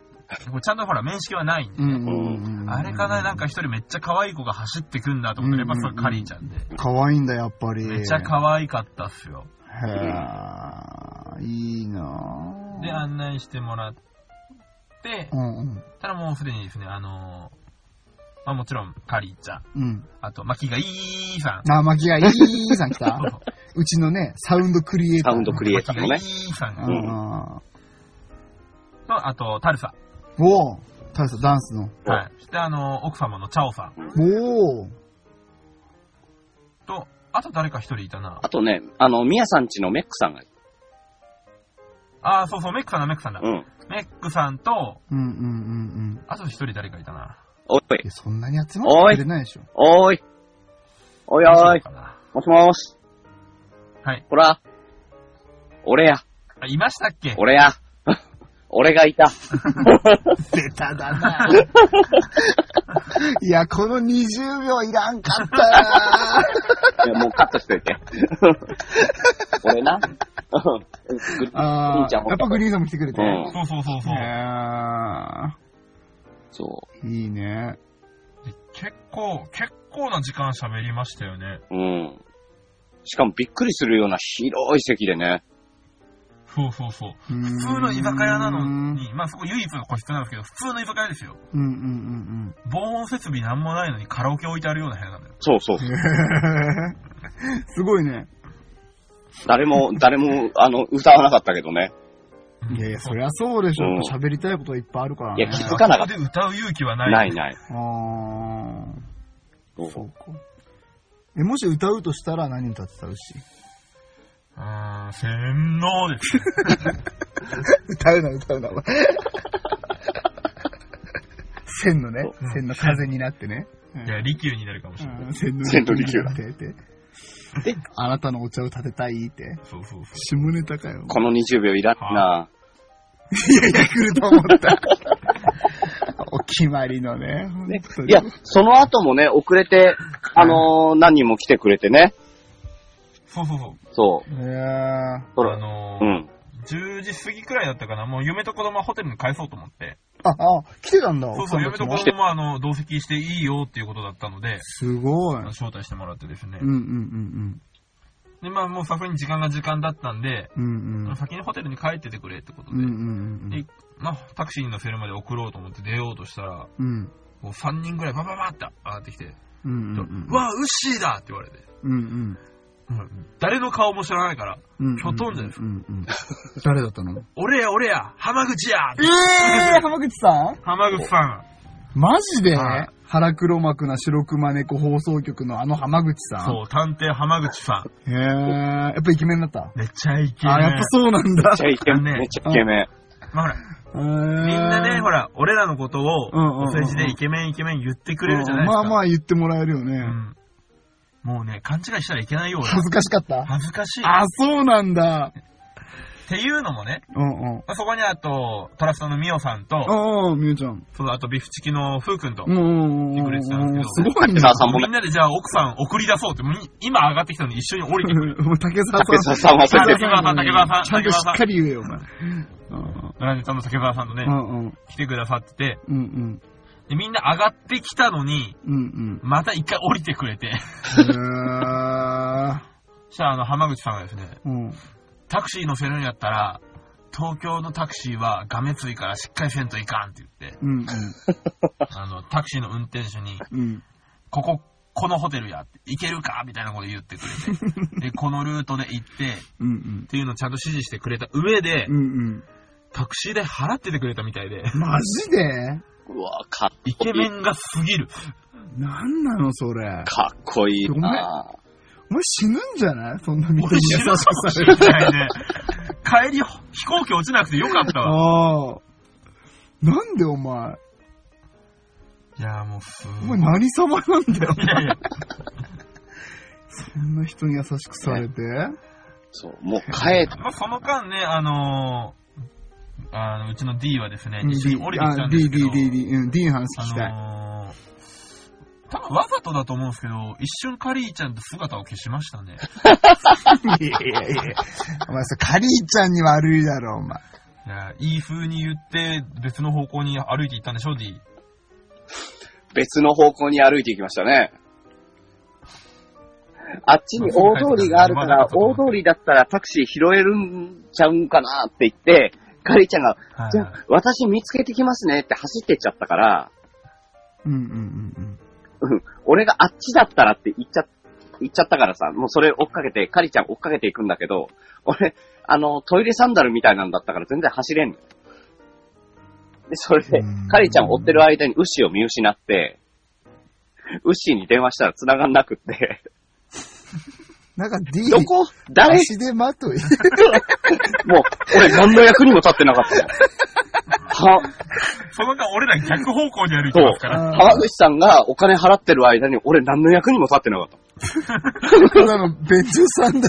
[SPEAKER 1] れちゃんとほら、面識はないんで
[SPEAKER 2] うん。う、んうんうん。
[SPEAKER 1] あれかななんか一人めっちゃ可愛い子が走ってくんだと思ったら、やっぱそれカリーちゃんで。
[SPEAKER 2] かわいいんだ、やっぱり。
[SPEAKER 1] めっちゃ可愛かったっすよ。
[SPEAKER 2] へえ、いいなぁ
[SPEAKER 1] で、案内してもらって
[SPEAKER 2] う、んうん。
[SPEAKER 1] ただもうすでにですね、あのーまあもちろん、カリーちゃん、
[SPEAKER 2] うん。
[SPEAKER 1] あと、マキがいーさん。
[SPEAKER 2] あ、巻きがいいさん 来
[SPEAKER 1] そ
[SPEAKER 2] た
[SPEAKER 1] うそう
[SPEAKER 2] うちのね、サウンドクリエイター。
[SPEAKER 3] サウンドクリエイターの
[SPEAKER 1] マ
[SPEAKER 3] ね
[SPEAKER 1] キがいーさんが
[SPEAKER 3] う
[SPEAKER 1] と、
[SPEAKER 3] ん
[SPEAKER 2] あ
[SPEAKER 1] あと、タルサ。
[SPEAKER 2] ーおぉ、大したダンスの。
[SPEAKER 3] うん
[SPEAKER 1] はい。そして、あのー奥様のチャオさん
[SPEAKER 2] おぉ、
[SPEAKER 1] と、あと誰か一人いたな
[SPEAKER 3] あ。とね、あの、ミヤさんちのメックさんが、
[SPEAKER 1] あー、そうそう、メックさんだ、メックさんだ。
[SPEAKER 3] うん。
[SPEAKER 1] メックさんと、
[SPEAKER 2] うんうんうんうん。
[SPEAKER 1] あと一人誰かいたな。
[SPEAKER 3] おい、
[SPEAKER 2] いや、そんなに集まってくれないでしょ。
[SPEAKER 3] おーい。おいおい、
[SPEAKER 1] かな
[SPEAKER 3] もしもーし。
[SPEAKER 1] はい。
[SPEAKER 3] ほら。俺や、
[SPEAKER 1] あ、いましたっけ
[SPEAKER 3] 俺や。 俺がいた。
[SPEAKER 2] ベタだないや、この20秒いらんかったない
[SPEAKER 3] や、もうカットしといて。 俺な。グリ
[SPEAKER 2] あ
[SPEAKER 3] ーン
[SPEAKER 2] ー
[SPEAKER 3] ちゃんも
[SPEAKER 2] やっぱグリーンさんも来てくれて。
[SPEAKER 3] うん
[SPEAKER 1] そうそうそうそう。
[SPEAKER 2] へ
[SPEAKER 3] そ
[SPEAKER 2] ーいいね。
[SPEAKER 1] で結構、結構な時間喋りましたよね。
[SPEAKER 3] う。うん。しかもびっくりするような広い席でね。
[SPEAKER 1] そうそうそう。
[SPEAKER 2] 普
[SPEAKER 1] 普通の居酒屋なのに、まあそこ唯一の個室なんですけど、普通の居酒屋ですよ。
[SPEAKER 2] うんうんうん
[SPEAKER 1] 防音設備なんもないのにカラオケ置いてあるような部屋なんだよ。
[SPEAKER 3] そうそう
[SPEAKER 2] う。ん。すごいね。
[SPEAKER 3] 誰も、誰も、あの、歌わなかったけどね。
[SPEAKER 2] いやいや、そりゃそうでしょ
[SPEAKER 3] うん。
[SPEAKER 2] 喋りたいことはいっぱいあるからね。
[SPEAKER 3] いや気づかなかった
[SPEAKER 1] で歌う勇気はない。
[SPEAKER 3] ないない。
[SPEAKER 2] あー
[SPEAKER 3] そう
[SPEAKER 2] そうか。え、もし歌うとしたら何歌ってたうし。
[SPEAKER 1] うーん、洗脳ですね。
[SPEAKER 2] 歌うな、歌うな。線のね
[SPEAKER 3] そ、
[SPEAKER 2] 線の風になってね。うん
[SPEAKER 1] いや、利休になるかもしれない。
[SPEAKER 2] うん線の
[SPEAKER 3] 線の利休だ
[SPEAKER 2] ってて
[SPEAKER 3] で
[SPEAKER 2] あなたのお茶を立てたいって。
[SPEAKER 1] そうそうそ
[SPEAKER 2] 下ネタかよ。
[SPEAKER 3] この20秒いらんな。
[SPEAKER 2] いやいや、来ると思った。お決まりのね。
[SPEAKER 3] ね
[SPEAKER 2] 本当に
[SPEAKER 3] いや、その後もね、遅れて、あのー何人も来てくれてね。
[SPEAKER 1] う。そうそうそ
[SPEAKER 3] そ
[SPEAKER 2] いやー
[SPEAKER 3] う。ほ
[SPEAKER 1] う。あ
[SPEAKER 3] ら、
[SPEAKER 1] の
[SPEAKER 3] う
[SPEAKER 1] ー、
[SPEAKER 3] ん。
[SPEAKER 1] 10時過ぎくらいだったかな、もう嫁と子供はホテルに帰そうと思って。
[SPEAKER 2] あ、あ、来てたんだ、
[SPEAKER 1] そう
[SPEAKER 2] 奥
[SPEAKER 1] そ
[SPEAKER 2] さ
[SPEAKER 1] う、
[SPEAKER 2] んた
[SPEAKER 1] 嫁
[SPEAKER 2] ち
[SPEAKER 1] と
[SPEAKER 2] も
[SPEAKER 1] 子。供もあの、同席していいよっていうことだったので、
[SPEAKER 2] すごい。
[SPEAKER 1] 招待してもらってですね
[SPEAKER 2] うん。うん
[SPEAKER 1] で、まあもうさすがに時間が時間だったんで、
[SPEAKER 2] うんうん。うんうん。
[SPEAKER 1] 先にホテルに帰っててくれってこと
[SPEAKER 2] う
[SPEAKER 1] で
[SPEAKER 2] んう、ん
[SPEAKER 1] でまあタクシーに乗せるまで送ろうと思って出ようとしたら、
[SPEAKER 2] うん。うん。
[SPEAKER 1] こう3人ぐらいバババって上がってきて、
[SPEAKER 2] うんうんうん。
[SPEAKER 1] わあ、ウッシーだって言われて。
[SPEAKER 2] うんうん。
[SPEAKER 1] うん誰の顔も知らないから、
[SPEAKER 2] うん。
[SPEAKER 1] ひょとんじゃないです
[SPEAKER 2] うんうん。誰だったの
[SPEAKER 1] 俺や俺や、浜口や
[SPEAKER 2] ええー、浜口さん
[SPEAKER 1] 浜口さん。
[SPEAKER 2] マジで
[SPEAKER 1] はい
[SPEAKER 2] 腹黒幕な白熊猫放送局のあの浜口さん。
[SPEAKER 1] そう、探偵浜口さん。
[SPEAKER 2] へえ、やっぱイケメンになった。
[SPEAKER 1] めっちゃイケメン。
[SPEAKER 2] あ、やっぱそうなんだ
[SPEAKER 3] めっ。ちゃイケメン。
[SPEAKER 1] ね
[SPEAKER 3] めっちゃイケメン。
[SPEAKER 1] まあほら
[SPEAKER 2] み
[SPEAKER 1] みんなね、ほ
[SPEAKER 2] ら、
[SPEAKER 1] ら、俺らのことを、
[SPEAKER 2] うんうんうんうん
[SPEAKER 1] お世辞でイケメンイケメン言ってくれるじゃないです
[SPEAKER 2] ま
[SPEAKER 1] か。
[SPEAKER 2] あまあ言ってもらえるよ
[SPEAKER 1] う
[SPEAKER 2] ね。
[SPEAKER 1] ん。もうね、勘違いしたらいけ ないよ、俺
[SPEAKER 2] 恥ずかしかった
[SPEAKER 1] 恥ずかしい。
[SPEAKER 2] あ、そうなんだ。
[SPEAKER 1] っていうのもね、
[SPEAKER 2] うんうん。
[SPEAKER 1] まあそこにあと、トラストのミオさんと、
[SPEAKER 2] ああ、みゆちゃん。
[SPEAKER 1] そのあとビフチキのフー君と
[SPEAKER 2] う、んうんうん
[SPEAKER 1] 来てくれてたん
[SPEAKER 2] う
[SPEAKER 1] で
[SPEAKER 2] ん。
[SPEAKER 1] す
[SPEAKER 2] す
[SPEAKER 1] けど
[SPEAKER 2] ごいね。
[SPEAKER 3] さあ、3本
[SPEAKER 1] み
[SPEAKER 3] 目
[SPEAKER 1] ん。なでじゃあ奥さん送り出そうって、もうい今上がってきたのに一緒に降りてくる。
[SPEAKER 2] もう竹
[SPEAKER 3] 竹
[SPEAKER 2] 澤さん。
[SPEAKER 3] 澤さん忘れて
[SPEAKER 1] 竹澤さん竹澤さん
[SPEAKER 2] ちゃんとしっかり言えよ、お前。
[SPEAKER 1] ランジさんと竹澤さんとね
[SPEAKER 2] う、んうん。
[SPEAKER 1] 来てくださってて、
[SPEAKER 2] うんうん。
[SPEAKER 1] でみんな上がってきたのに、
[SPEAKER 2] うんうん。
[SPEAKER 1] また一回降りてくれて、
[SPEAKER 2] へー
[SPEAKER 1] そしたらあの浜口さんがですね、
[SPEAKER 2] うん。
[SPEAKER 1] タクシー乗せるんやったら、東京のタクシーはがめついからしっかりせんといかんって言って、
[SPEAKER 2] うん
[SPEAKER 1] あの、タクシーの運転手に、
[SPEAKER 2] うん。うん。
[SPEAKER 1] ここ、このホテルやって、行けるかみたいなこと言ってくれて、で、このルートで行って、
[SPEAKER 2] うんうん
[SPEAKER 1] っ。ていうのをちゃんと指示してくれた上で
[SPEAKER 2] う、んうん。
[SPEAKER 1] タクシー代払っててくれたみたいで、
[SPEAKER 2] マジで
[SPEAKER 3] うわ、かっこいい。
[SPEAKER 1] イケメンがす ぎる。
[SPEAKER 2] なんなのそれ。
[SPEAKER 3] かっこいいな
[SPEAKER 2] お前死ぬんじゃないそんなみんなに
[SPEAKER 1] 俺死ぬか
[SPEAKER 2] 優しく
[SPEAKER 1] も
[SPEAKER 2] さ
[SPEAKER 1] し
[SPEAKER 2] れ
[SPEAKER 1] れ
[SPEAKER 2] る。
[SPEAKER 1] ない ね。帰り、飛行機落ちなくてよかったわ。
[SPEAKER 2] ああ。なんでお前。
[SPEAKER 1] いや、もうすご
[SPEAKER 2] お前
[SPEAKER 1] い。
[SPEAKER 2] 何様なんだよ。
[SPEAKER 1] いやいや、
[SPEAKER 2] そんな人に優しくされて。
[SPEAKER 3] そう、もう帰っ
[SPEAKER 1] まあ、その間ね、あのーあのうちの D はですね、
[SPEAKER 2] うん
[SPEAKER 1] 一緒に
[SPEAKER 2] D
[SPEAKER 1] 降りてきた
[SPEAKER 2] あ
[SPEAKER 1] んですけ
[SPEAKER 2] D、
[SPEAKER 1] ど、
[SPEAKER 2] D、D、D、うん、D の話聞きたい。
[SPEAKER 1] あのー多分わざとだと思うんですけど、一瞬カリーちゃんって姿を消しましたね。
[SPEAKER 2] いやいやいやお前さ、カリーちゃんに悪いだろ、お前。
[SPEAKER 1] いや、いい風に言って、別の方向に歩いていったんでしょ、D。
[SPEAKER 3] 別の方向に歩いていきましたね。あっちに大通りがあるから、大通りだったらタクシー拾えるんちゃうんかなって言って、カリーちゃんが、
[SPEAKER 1] はい
[SPEAKER 3] じゃあ私見つけてきますねって走ってっちゃったから、
[SPEAKER 2] うんうんうん
[SPEAKER 3] うん俺があっちだったらって言っちゃ、言っちゃったからさ、もうそれ追っかけて、カリーちゃん追っかけていくんだけど、俺、あの、トイレサンダルみたいなんだったから全然走れんのよ。で、それで
[SPEAKER 2] うん、
[SPEAKER 3] カリーちゃんを追ってる間にウッシーを見失って、ウッシーに電話したら繋がんなくって、
[SPEAKER 2] うん。なんか D、
[SPEAKER 3] どこ誰
[SPEAKER 2] 足で待とい。
[SPEAKER 3] もう、俺何の役にも立ってなかったよ。 は、
[SPEAKER 1] その間、俺ら逆方向に歩いてますから。
[SPEAKER 3] 浜口さんがお金払ってる間に俺何の役にも立ってなかった。
[SPEAKER 2] ただのベンチサンダルで、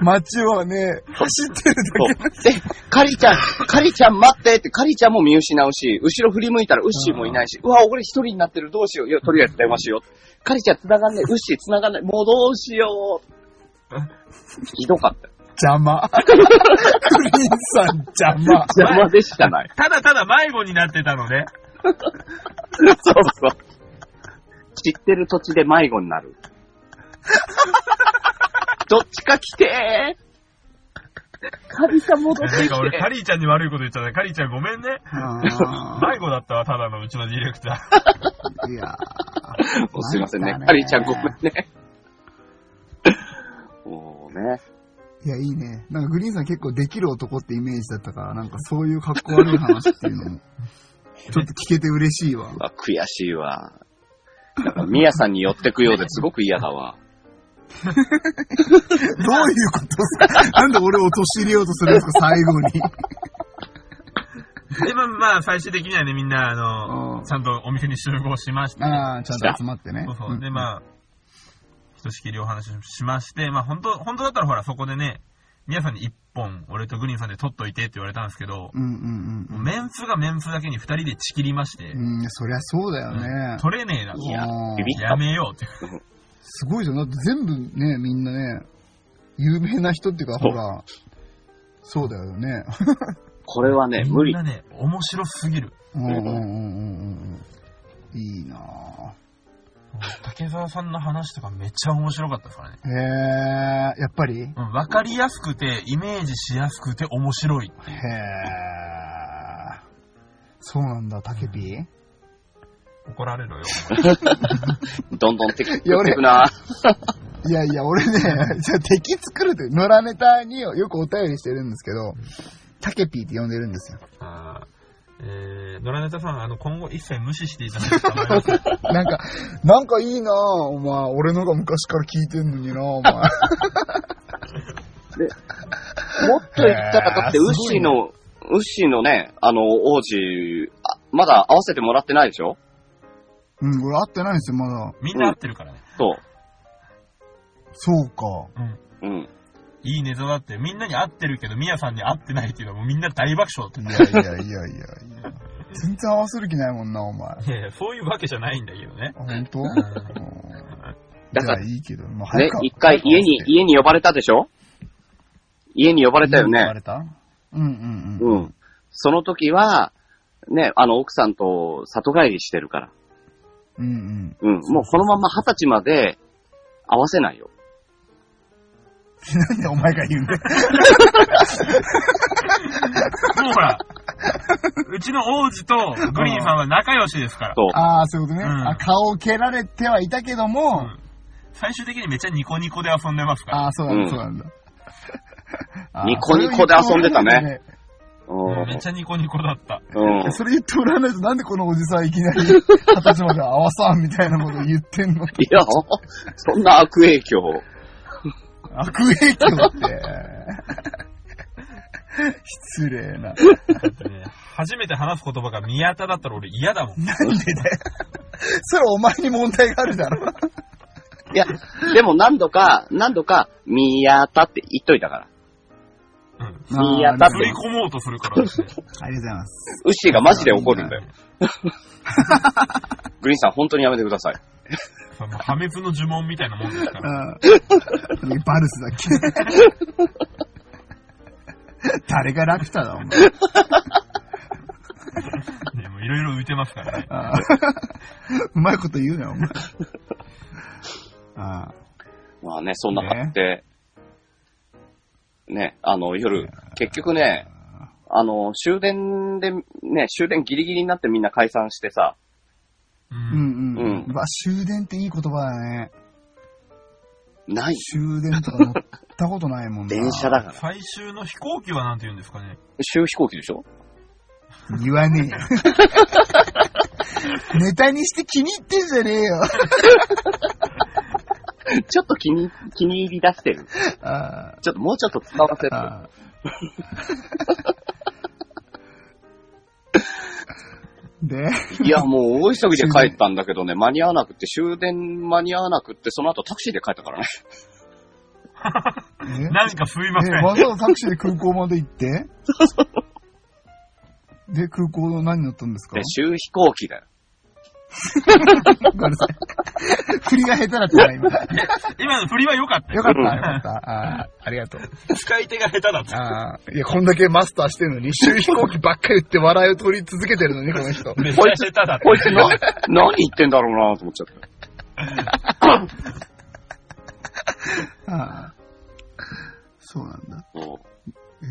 [SPEAKER 2] 街をね、走ってるだけ。
[SPEAKER 3] そう。で、カリちゃん、カリちゃん待ってって、カリちゃんも見失うし、後ろ振り向いたらウッシーもいないし、うわ、俺一人になってる、どうしよう。いや、とりあえず電話しよう。カリちゃん繋がんねえ、ウッシー繋がんねえ、もうどうしよう。ひどかった。
[SPEAKER 2] 邪魔。クリーンさん邪魔。
[SPEAKER 3] 邪魔でしかない。
[SPEAKER 1] ただただ迷子になってたので、
[SPEAKER 3] そうそう。知ってる土地で迷子になる。どっちか来てカリちゃん戻って
[SPEAKER 1] なん
[SPEAKER 3] き
[SPEAKER 1] か俺、
[SPEAKER 3] て
[SPEAKER 1] カ。リーちゃんに悪いこと言っちゃった。カリーちゃんごめんね。
[SPEAKER 2] あ
[SPEAKER 1] 迷子だったわ、ただのうちのディレクター。
[SPEAKER 2] ーいや
[SPEAKER 3] おすいません
[SPEAKER 2] な
[SPEAKER 3] ね
[SPEAKER 2] ん。かね
[SPEAKER 3] カリちゃんごめんね。もうね。
[SPEAKER 2] ーいや、いいね。なんかグリーンさん結構できる男ってイメージだったから、なんかそういう格好悪い話っていうのも、ちょっと聞けて嬉しいわ。
[SPEAKER 3] あ悔しいわ。なんか、ミヤさんに寄ってくようですごく嫌だわ。
[SPEAKER 2] どういうことですかなんで俺を陥れようとするんですか最後に。
[SPEAKER 1] で、まあ、まあ、最終的にはね、みんな、あ
[SPEAKER 2] う
[SPEAKER 1] の、
[SPEAKER 2] ん
[SPEAKER 1] ちゃんとお店に集合しまして、
[SPEAKER 2] ああ、ちゃんと集まってね。
[SPEAKER 1] そうそうう。
[SPEAKER 2] ん
[SPEAKER 1] で、まあ、ひとしきりお話ししまして、まあ、本当本当だったらほら、そこでね、皆さんに一本、俺とグリーンさんで取っといてって言われたんですけど、
[SPEAKER 2] うんうんうん
[SPEAKER 1] メンツがメンツだけに二人でちきりまして、
[SPEAKER 2] うん。うん、そりゃそうだよね。
[SPEAKER 1] 取れねえな。
[SPEAKER 3] いや
[SPEAKER 2] うん、
[SPEAKER 3] ビビった
[SPEAKER 1] や。めようって。
[SPEAKER 2] すごいじゃん。だって全部ね、みんなね、有名な人っていうか、
[SPEAKER 3] そ
[SPEAKER 2] ほ
[SPEAKER 3] う
[SPEAKER 2] ら、そうだよ ね。
[SPEAKER 3] これはね、
[SPEAKER 1] みん
[SPEAKER 3] 無理
[SPEAKER 1] な。ね、面白すぎる。
[SPEAKER 2] うんうんうんうんうん。いいなぁ。
[SPEAKER 1] 竹澤さんの話とかめっちゃ面白かったですからね。
[SPEAKER 2] へえー、やっぱりへ
[SPEAKER 1] うん、わかりやすくて、イメージしやすくて面白い。
[SPEAKER 2] え。そうなんだ、タケピー、い
[SPEAKER 1] 怒られ ろよ。
[SPEAKER 3] どんどん敵作
[SPEAKER 2] いや
[SPEAKER 3] っ
[SPEAKER 2] 俺
[SPEAKER 3] ていくな。
[SPEAKER 2] やいや、俺 ね、じゃあ敵作るって、野良ネタによくお便りしてるんですけど、タケピーって呼んでるんですよ。
[SPEAKER 1] あーえー、野良ネタさん、あの、今後一切無視していただきたいと思います。
[SPEAKER 2] なんか、なんかいいなぁ、お前。俺のが昔から聞いてんのになぁ、お 前。
[SPEAKER 3] もっと言ったら、だって、
[SPEAKER 2] へ
[SPEAKER 3] ウ
[SPEAKER 2] ー
[SPEAKER 3] ッシーの、ウッシーのね、あの、王子、あまだ合わせてもらってないでしょ
[SPEAKER 2] うん、俺会ってないんですよ、まだ。
[SPEAKER 1] みんな合ってるからね。
[SPEAKER 3] そ
[SPEAKER 2] そうか。
[SPEAKER 1] うん。
[SPEAKER 3] う。うん。
[SPEAKER 1] いいネタだって、みんなに合ってるけど、みやさんに合ってないっていうのはもうみんな大爆笑だ
[SPEAKER 2] い
[SPEAKER 1] っ
[SPEAKER 2] やいやいやいやいや。全然合わせる気ないもんな、お前。あ
[SPEAKER 1] た。いやいや、そういうわけじゃないんだけどね。
[SPEAKER 2] 本当？
[SPEAKER 1] うん
[SPEAKER 2] うん
[SPEAKER 3] だ
[SPEAKER 2] じ
[SPEAKER 3] か
[SPEAKER 2] ゃ
[SPEAKER 3] ら
[SPEAKER 2] あいいけど、もう
[SPEAKER 3] ね
[SPEAKER 2] 早く、
[SPEAKER 3] 一回家に、
[SPEAKER 2] 早く合わせて
[SPEAKER 3] 家に呼ばれたでしょ家に呼ばれたよ
[SPEAKER 2] 言わ
[SPEAKER 3] ね。
[SPEAKER 2] れたうんうんうん。
[SPEAKER 3] うん。その時は、ね、あの、奥さんと里帰りしてるから。
[SPEAKER 2] うんうん。
[SPEAKER 3] うん。もうこのまま二十歳まで合わせないよ。
[SPEAKER 2] なんでお前が言うんだよ。
[SPEAKER 1] もうほら、うちの王子とグリーンさんは仲良しですから。
[SPEAKER 3] そう。
[SPEAKER 2] ああ、そういうことね。
[SPEAKER 1] うん
[SPEAKER 2] あ顔を蹴られてはいたけども、
[SPEAKER 1] うん最終的にめっちゃニコニコで遊んでますから。
[SPEAKER 2] ああ、そうなん
[SPEAKER 3] う
[SPEAKER 2] だ、
[SPEAKER 3] ん
[SPEAKER 2] そうなんだ。あー
[SPEAKER 3] ニコニコで遊んでたね。
[SPEAKER 1] うんめっちゃニコニコだった。
[SPEAKER 3] うん。うん
[SPEAKER 2] それ言ってもらわないと、なんでこのおじさんいきなり二十歳まで合わさんみたいなこと言ってんの
[SPEAKER 3] いや、そんな悪影響。
[SPEAKER 2] 悪影響って。失礼
[SPEAKER 1] だ
[SPEAKER 2] な。
[SPEAKER 1] ってね初めて話す言葉が宮田だったら俺嫌 だもん。
[SPEAKER 2] なんでだよ。それお前に問題があるだろ。
[SPEAKER 3] いや、でも何度か、何度か、宮田って言っといたから。
[SPEAKER 1] うん。
[SPEAKER 3] いやだっ
[SPEAKER 1] 振
[SPEAKER 3] て
[SPEAKER 1] り込もうとするからですね。
[SPEAKER 2] ありがとうございます。
[SPEAKER 3] ウッシーがマジで怒るんだよ。 グリーンさん、本当にやめてください。
[SPEAKER 1] その破滅の呪文みたいなもんですから。
[SPEAKER 2] うん。バルスだっけ誰がラピュタだ、お前。
[SPEAKER 1] ねもういろいろ浮いてますからね。
[SPEAKER 2] ああうまいこと言うなよ、お前。ああ
[SPEAKER 3] まあね、そんな感じで、ね、あの、夜、結局ね、あの、終電で、ね、終電ギリギリになってみんな解散してさ、
[SPEAKER 1] う。
[SPEAKER 2] うんんうん。
[SPEAKER 3] うん
[SPEAKER 2] うわ、終電っていい言葉だね。
[SPEAKER 3] ない。
[SPEAKER 2] 終電とか乗ったことないもんな。
[SPEAKER 3] 電車だから。
[SPEAKER 1] 最終の飛行機はなんて言うんですかね。
[SPEAKER 3] 終飛行機でしょ
[SPEAKER 2] 言わねえよ。ネタにして気に入ってんじゃねえよ。
[SPEAKER 3] ちょっと気に、気に入り出してる。
[SPEAKER 2] ああ
[SPEAKER 3] ちょっともうちょっと使わせる。
[SPEAKER 2] ああ で、
[SPEAKER 3] いや、もう大急ぎで帰ったんだけどね、間に合わなくって、終電間に合わなくって、その後タクシーで帰ったからね。
[SPEAKER 2] え
[SPEAKER 1] なんかすいませ
[SPEAKER 2] え、
[SPEAKER 1] ん。
[SPEAKER 2] わざわざタクシーで空港まで行ってで、空港の何乗ったんですか
[SPEAKER 3] で、終飛行機だよ。
[SPEAKER 2] ごめんなさ い。振りが下手だったな、今。よ
[SPEAKER 1] 今の振りは良かったよ。
[SPEAKER 2] かった、よかった。ああ、ありがとう。
[SPEAKER 1] 使い手が下手だった。
[SPEAKER 2] ああ、いや、こんだけマスターしてるのに、周飛行機ばっかり言って笑いを取り続けてるのに、この人。
[SPEAKER 1] めっちゃ下手だった。
[SPEAKER 3] こいつ な、何言ってんだろうなと思っちゃった。
[SPEAKER 2] ああ。そうなんだ。
[SPEAKER 3] そう
[SPEAKER 2] ええ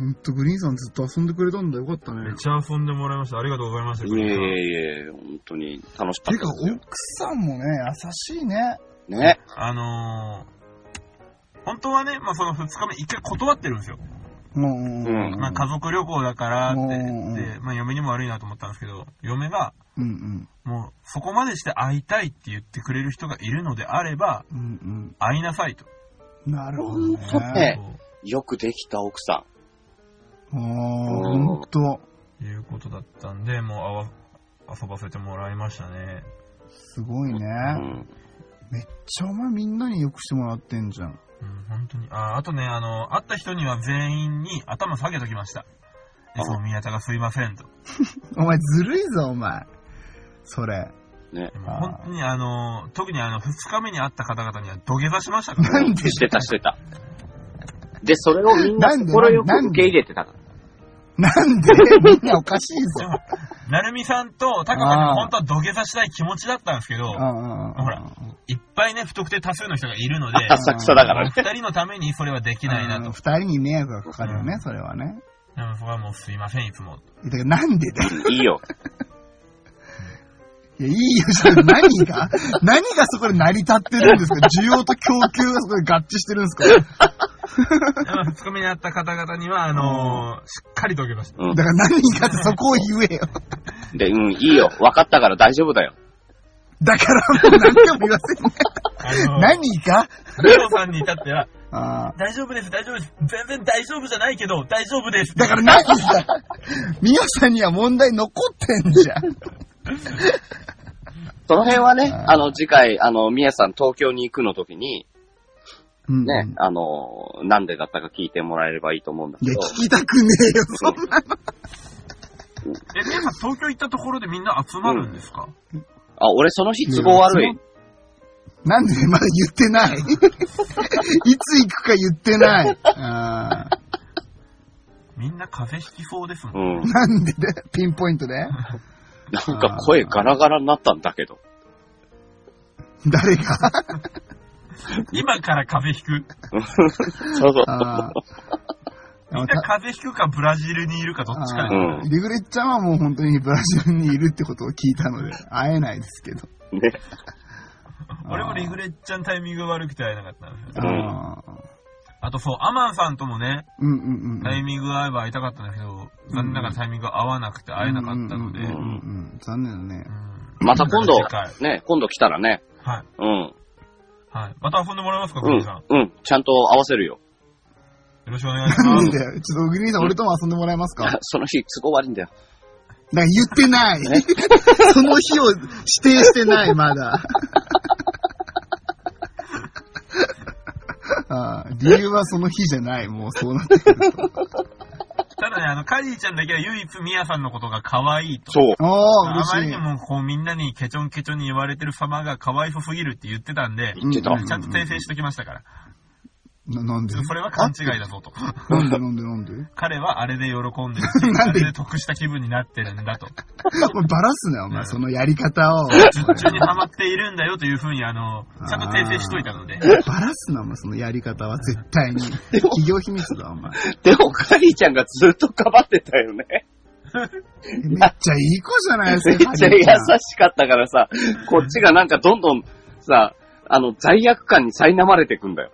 [SPEAKER 2] ほんとグリーンさんずっと遊んでくれたんだよかったね
[SPEAKER 1] めっちゃ遊んでもらいました。ありがとうございました。
[SPEAKER 3] いえいえいえ、本当に楽しか
[SPEAKER 2] て
[SPEAKER 3] っ
[SPEAKER 2] か、
[SPEAKER 3] た
[SPEAKER 2] 奥さんもね、優しいね。
[SPEAKER 3] ね。
[SPEAKER 1] あのー、本当はね、まあ、その2日目、一回断ってるんですよ。
[SPEAKER 2] うんうんうん。
[SPEAKER 1] まあ家族旅行だからって
[SPEAKER 2] うん
[SPEAKER 1] 言って、まあ嫁にも悪いなと思ったんですけど、嫁が、
[SPEAKER 2] うん
[SPEAKER 1] もうそこまでして会いたいって言ってくれる人がいるのであれば、
[SPEAKER 2] うん。うん
[SPEAKER 1] 会いなさいと。
[SPEAKER 2] うん。なるほどね。
[SPEAKER 3] ほんとねえ
[SPEAKER 1] そ
[SPEAKER 3] よくできた奥さ
[SPEAKER 2] ああ、ほんと。
[SPEAKER 1] ういうことだったんで、もう会わ遊ばせてもらいましたね。
[SPEAKER 2] すごいね。
[SPEAKER 3] ん。うん。
[SPEAKER 2] めっちゃお前みんなによくしてもらってんじゃん。
[SPEAKER 1] うん、本当に。あ、あとね、あの、会った人には全員に頭下げときました。いつも宮田がすいませんと。
[SPEAKER 2] お前ずるいぞ、お前。それ。
[SPEAKER 3] ね。
[SPEAKER 1] でも
[SPEAKER 2] あー
[SPEAKER 1] 本当にあの、特にあの、二日目に会った方々には土下座しましたから。
[SPEAKER 2] なんで
[SPEAKER 3] してた、してた。で、それをみんな
[SPEAKER 2] なんで
[SPEAKER 3] 心よく
[SPEAKER 2] なんで
[SPEAKER 3] 受け入れてたから。
[SPEAKER 2] なんでみんなおかしい
[SPEAKER 1] で
[SPEAKER 2] ぞ。
[SPEAKER 1] も、なるみさんと高カさんにも本当は土下座したい気持ちだったんですけど
[SPEAKER 2] う、んうんうん
[SPEAKER 1] ほらいっぱいね、不特定多数の人がいるの で、
[SPEAKER 3] 浅草だからね。
[SPEAKER 1] お二人のためにそれはできないな
[SPEAKER 2] うん
[SPEAKER 1] と。
[SPEAKER 2] 二人に迷惑がかかるよね、それはね。
[SPEAKER 1] でもそこはもうすいません、いつも。
[SPEAKER 2] だからなんでだよ。
[SPEAKER 3] いいよ。
[SPEAKER 2] いや、いいよ、それ何が何がそこで成り立ってるんですか需要と供給がそこで合致してるんですか
[SPEAKER 1] でも二日目に会った方々には、あのしっかり土下座した。
[SPEAKER 3] うん
[SPEAKER 2] だ。から何がってそこを言えよ。
[SPEAKER 3] で、うん、いいよ。分かったから大丈夫だよ。
[SPEAKER 2] だからもう何でも言わせんね。
[SPEAKER 1] あの
[SPEAKER 2] 何が
[SPEAKER 1] レオさんに至っては、
[SPEAKER 2] ああ
[SPEAKER 1] 大丈夫です、大丈夫です。全然大丈夫じゃないけど、大丈夫です。
[SPEAKER 2] だから 何がミオさんには問題残ってんじゃん。
[SPEAKER 3] その辺はね、
[SPEAKER 2] あー
[SPEAKER 3] あの、次回、あの、みやさん東京に行くの時に、
[SPEAKER 2] うん
[SPEAKER 3] ね、あの、なんでだったか聞いてもらえればいいと思うんだ
[SPEAKER 2] い
[SPEAKER 3] け
[SPEAKER 2] や、
[SPEAKER 3] ど、
[SPEAKER 2] 聞きたくねえよ、そんな。
[SPEAKER 1] え、皆さん東京行ったところでみんな集まるんですか、
[SPEAKER 3] あ、俺その日都合悪い。
[SPEAKER 2] なんでまだ言ってない いつ行くか言ってない。ああ
[SPEAKER 1] みんな風邪ひきそうですもん。
[SPEAKER 3] うん。
[SPEAKER 2] なんでだよピンポイントで
[SPEAKER 3] なんか声ガラガラになったんだけど。
[SPEAKER 2] 誰が
[SPEAKER 1] 今から風邪ひく。
[SPEAKER 3] そうそう。
[SPEAKER 2] ああ
[SPEAKER 1] みんな風邪ひくかブラジルにいるかどっちかで
[SPEAKER 2] ああ
[SPEAKER 1] すよね。
[SPEAKER 3] うん
[SPEAKER 2] リグレッちゃんはもう本当にブラジルにいるってことを聞いたので、会えないですけど。
[SPEAKER 3] ね。
[SPEAKER 1] 俺もリグレッチャンタイミングが悪くて会えなかったんですよ。
[SPEAKER 2] ああ
[SPEAKER 1] あとそう、アマンさんともね、
[SPEAKER 2] うんうんうん。
[SPEAKER 1] タイミングが合えば会いたかったんだけど、残念ながらタイミングが合わなくて会えなかったので、
[SPEAKER 2] うん
[SPEAKER 1] うん
[SPEAKER 2] うんうんうん残念だね。
[SPEAKER 3] また今度
[SPEAKER 1] 次回
[SPEAKER 3] ね、今度来たらね。
[SPEAKER 1] はい。
[SPEAKER 3] うん。
[SPEAKER 1] はい。また遊んでもらえますか、
[SPEAKER 3] う
[SPEAKER 1] 小
[SPEAKER 3] ん
[SPEAKER 1] 栗さん。よ。
[SPEAKER 3] うん。ちゃんと合わせるよ。
[SPEAKER 1] ろしくお願いし
[SPEAKER 2] な
[SPEAKER 1] ま
[SPEAKER 2] ん
[SPEAKER 1] す。
[SPEAKER 2] だよ。ちょっと、グリーンさん、俺とも遊んでもらえますかなんか
[SPEAKER 3] その日都合悪いんだよ。
[SPEAKER 2] 言ってない。 その日を指定してない、まだ。 ああ理由はその日じゃない、もうそう なってくると。
[SPEAKER 1] ただね、あの、カリーちゃんだけは唯一ミヤさんのことが可愛いと。
[SPEAKER 3] そう。
[SPEAKER 2] おー、
[SPEAKER 1] あま
[SPEAKER 2] 嬉
[SPEAKER 1] り
[SPEAKER 2] し
[SPEAKER 1] に。
[SPEAKER 2] い
[SPEAKER 1] もこうみんなにケチョンケチョンに言われてる様が可哀想すぎるって言ってたんで、
[SPEAKER 3] 言ってた
[SPEAKER 2] うんうんうん
[SPEAKER 1] ちゃんと訂正してきましたから。
[SPEAKER 2] ななんで
[SPEAKER 1] それは勘違いだぞと。
[SPEAKER 2] なんでなんでなんで
[SPEAKER 1] 彼はあれで喜んでるし、
[SPEAKER 2] な
[SPEAKER 1] あ
[SPEAKER 2] んで
[SPEAKER 1] れで得した気分になってるんだと。
[SPEAKER 2] お前バラすなよ、お前、そのやり方を。
[SPEAKER 1] 術中にハマっているんだよというふうに、あの、ちゃんと訂正しといたので。
[SPEAKER 2] バラすな、お前、そのやり方は絶対に。企業秘密だ、お前。
[SPEAKER 3] でも、カリーちゃんがずっとかばってたよね。
[SPEAKER 2] めっちゃいい子じゃないで
[SPEAKER 3] めっ
[SPEAKER 2] すか。
[SPEAKER 3] ちゃ優
[SPEAKER 2] ハリ
[SPEAKER 3] し
[SPEAKER 2] ーん
[SPEAKER 3] かったからさ、こっちがなんかどんどんさ、あの、罪悪感に苛まれてくんだよ。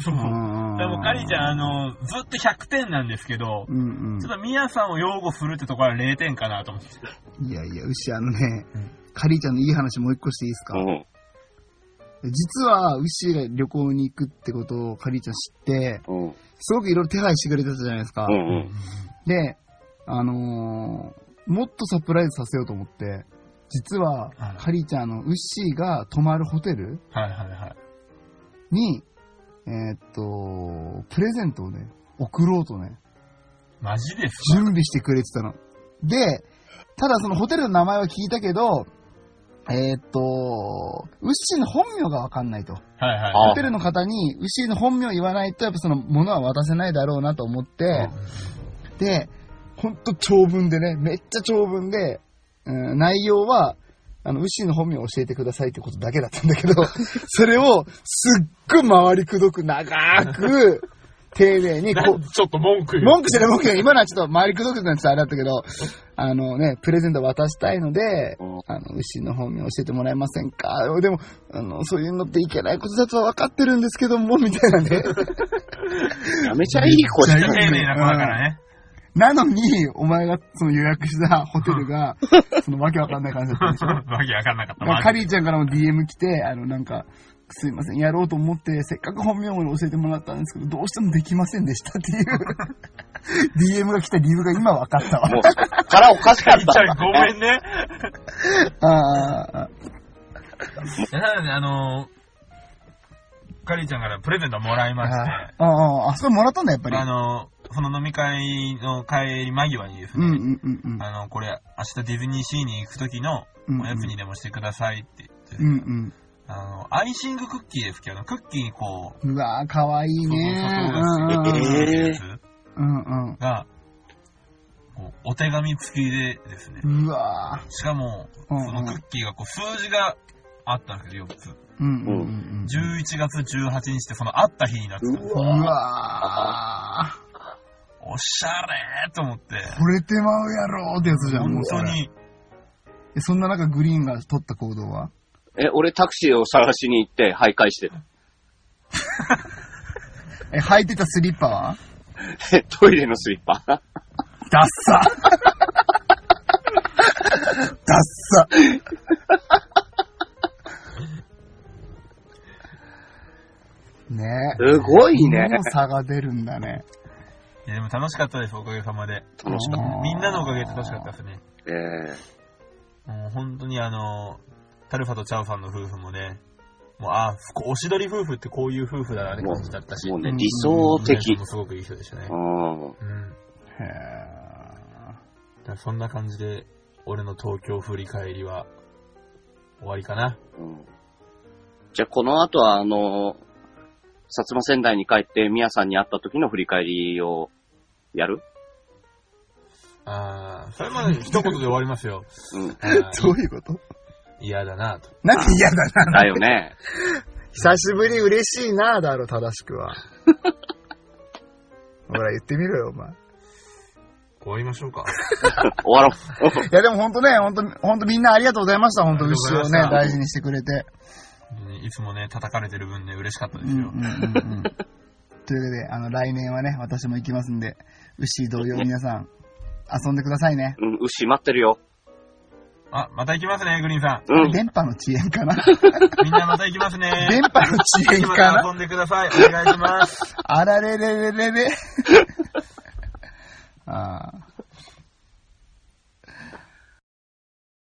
[SPEAKER 1] そう。
[SPEAKER 2] うん
[SPEAKER 1] でも、カリーちゃん、あ、の、ずっと100点なんですけど
[SPEAKER 2] う、んうん
[SPEAKER 1] ちょっとミヤさんを擁護するってところは0点かなと思って。
[SPEAKER 2] いやいや、牛、あのね
[SPEAKER 1] うん、
[SPEAKER 2] カリーちゃんのいい話もう一個していいですか、
[SPEAKER 3] うん。
[SPEAKER 2] 実は、牛が旅行に行くってことをカリーちゃん知って、
[SPEAKER 3] うん。
[SPEAKER 2] すごくいろいろ手配してくれてたじゃないですか。
[SPEAKER 3] うんうん。
[SPEAKER 2] で、あのーもっとサプライズさせようと思って、実は
[SPEAKER 1] はい、
[SPEAKER 2] カリーちゃん、あの、牛が泊まるホテル
[SPEAKER 1] はいはいはい。
[SPEAKER 2] に、えーっと、プレゼントをね、送ろうとね、
[SPEAKER 1] マジです
[SPEAKER 2] 準備してくれてたの。で、ただそのホテルの名前は聞いたけど、えーっと、ウッシーの本名がわかんないと。
[SPEAKER 1] かはいはい。
[SPEAKER 3] あ
[SPEAKER 2] ホテルの方にウッシーの本名言わないと、やっぱその物は渡せないだろうなと思って、で、ほんと長文でね、めっちゃ長文で、うん、内容は、あの、ウッシーの本名を教えてくださいってことだけだったんだけど、それをすっごい回りくどく長く、丁寧にこう、
[SPEAKER 1] ちょっと文 句言う。
[SPEAKER 2] 文句じゃない文句じゃない。今のはちょっと周りくどくなってたあれだったけど、あのね、プレゼント渡したいので、
[SPEAKER 3] うん
[SPEAKER 2] あの、牛の本名教えてもらえませんかでも、あの、そういうのっていけないことだとは分かってるんですけども、みたいなね。
[SPEAKER 3] やめちゃいい子じゃ
[SPEAKER 2] めっちゃいい
[SPEAKER 3] ん。
[SPEAKER 1] 丁寧な子だからね。
[SPEAKER 2] なのに、お前がその予約したホテルが、そのわけわかんない感じだった でしょ。
[SPEAKER 1] わけわかんなかった。
[SPEAKER 2] ま
[SPEAKER 1] マ
[SPEAKER 2] あ、
[SPEAKER 1] ジ
[SPEAKER 2] カリーちゃんからも DM 来て、あの、なんか、すいません、やろうと思って、せっかく本名を教えてもらったんですけど、どうしてもできませんでしたっていう、DM が来た理由が今分かったわ。
[SPEAKER 3] もう、腹おかしかったん
[SPEAKER 1] ちゃ
[SPEAKER 3] だ
[SPEAKER 1] ん、ごめんね。い
[SPEAKER 2] ああ、
[SPEAKER 1] やなので、あのー、カリーちゃんからプレゼントもらいまし
[SPEAKER 2] あ
[SPEAKER 1] て、
[SPEAKER 2] あ、あそれもらったんだ、やっぱり。
[SPEAKER 1] あのー、その飲み会の帰り間際にです
[SPEAKER 2] うん
[SPEAKER 1] ね、
[SPEAKER 2] うんうんうん。
[SPEAKER 1] あの、これ、明日ディズニーシーに行く時の
[SPEAKER 2] うん
[SPEAKER 1] おやつにでもしてくださいって言って、
[SPEAKER 2] うんうん。
[SPEAKER 1] あの、アイシングクッキーですけど、クッキーにこう、
[SPEAKER 2] うわー、かわいいね。
[SPEAKER 1] そうそうそうそう
[SPEAKER 3] ええ
[SPEAKER 1] やつ
[SPEAKER 2] うんうん。
[SPEAKER 1] が、こうお手紙付きでですね、
[SPEAKER 2] うんうわ
[SPEAKER 1] しかも、
[SPEAKER 2] う
[SPEAKER 1] そ
[SPEAKER 2] んうん
[SPEAKER 1] のクッキーがこう数字があったんですよ、4つ。
[SPEAKER 2] ー。うんうんうん
[SPEAKER 1] 11月18日ってそのあった日になってたんですよ
[SPEAKER 2] うん。うわー。
[SPEAKER 1] おしゃれーと思って、
[SPEAKER 2] 惚れてまうやろーってやつじゃん、も
[SPEAKER 1] 本当
[SPEAKER 2] う。
[SPEAKER 1] に、
[SPEAKER 2] えそんな中、グリーンが取った行動は
[SPEAKER 3] え、俺タクシーを探しに行って、徘徊してた。
[SPEAKER 2] え、履いてたスリッパは
[SPEAKER 3] え トイレのスリッパ。
[SPEAKER 2] ダッサダッサ ねえ。
[SPEAKER 3] すごいね
[SPEAKER 2] この差が出るんだね。
[SPEAKER 1] いやでも楽しかったです、おかげさまで。
[SPEAKER 3] 楽しかっ
[SPEAKER 1] みんなのおかげで楽しかったですね。
[SPEAKER 3] た。え
[SPEAKER 1] もう本当にあの、タルファとチャオさんの夫婦もね、もう、あ、おしどり夫婦ってこういう夫婦だなって感じだったし、
[SPEAKER 3] ー、もうね、
[SPEAKER 2] うん
[SPEAKER 3] 理想
[SPEAKER 1] お姉さん
[SPEAKER 3] 的
[SPEAKER 1] も。すごくいい人でしたね
[SPEAKER 3] う。ん。
[SPEAKER 1] うん。
[SPEAKER 2] へ
[SPEAKER 1] だからそんな感じで、俺の東京振り返りは、終わりかな。
[SPEAKER 3] うんじゃあ、この後は、あの、薩摩仙台に帰って、宮さんに会った時の振り返りをやる
[SPEAKER 1] あー、それま で一言で終わりますよ。
[SPEAKER 3] うん。
[SPEAKER 1] あー
[SPEAKER 2] え。どういうこと
[SPEAKER 1] 嫌だなと。
[SPEAKER 2] なんで嫌だな。
[SPEAKER 3] だよ ね。
[SPEAKER 2] 久しぶり嬉しいな、だろ、正しく は。ほら、言ってみろよ、お前。
[SPEAKER 1] 終わりましょうか。
[SPEAKER 3] 終わろう。
[SPEAKER 2] いや、でも本当ね、本当本当みんなありがとうございました、本当
[SPEAKER 1] ありが
[SPEAKER 2] 牛
[SPEAKER 1] とう
[SPEAKER 2] を
[SPEAKER 1] ご
[SPEAKER 2] ね
[SPEAKER 1] ざいまし、た
[SPEAKER 2] 大事にしてくれて。
[SPEAKER 1] いつもね、叩かれてる分ね、嬉しかったで
[SPEAKER 2] うんう
[SPEAKER 1] す
[SPEAKER 2] ん
[SPEAKER 1] よ。
[SPEAKER 2] うん うんというわけで、あの、来年はね、私も行きますんで、牛同様皆さん、遊んでくださいね。
[SPEAKER 3] うん、牛待ってるよ。
[SPEAKER 1] あ、また行きますね、グリーンさ
[SPEAKER 3] うん。
[SPEAKER 2] 電波の遅延かな
[SPEAKER 1] ん。みんなまた行きます ね。
[SPEAKER 2] 電波の遅延
[SPEAKER 1] ま
[SPEAKER 2] か
[SPEAKER 1] た
[SPEAKER 2] な
[SPEAKER 1] 遊んでください。 お願いします。
[SPEAKER 2] あられれれれれ。ああ。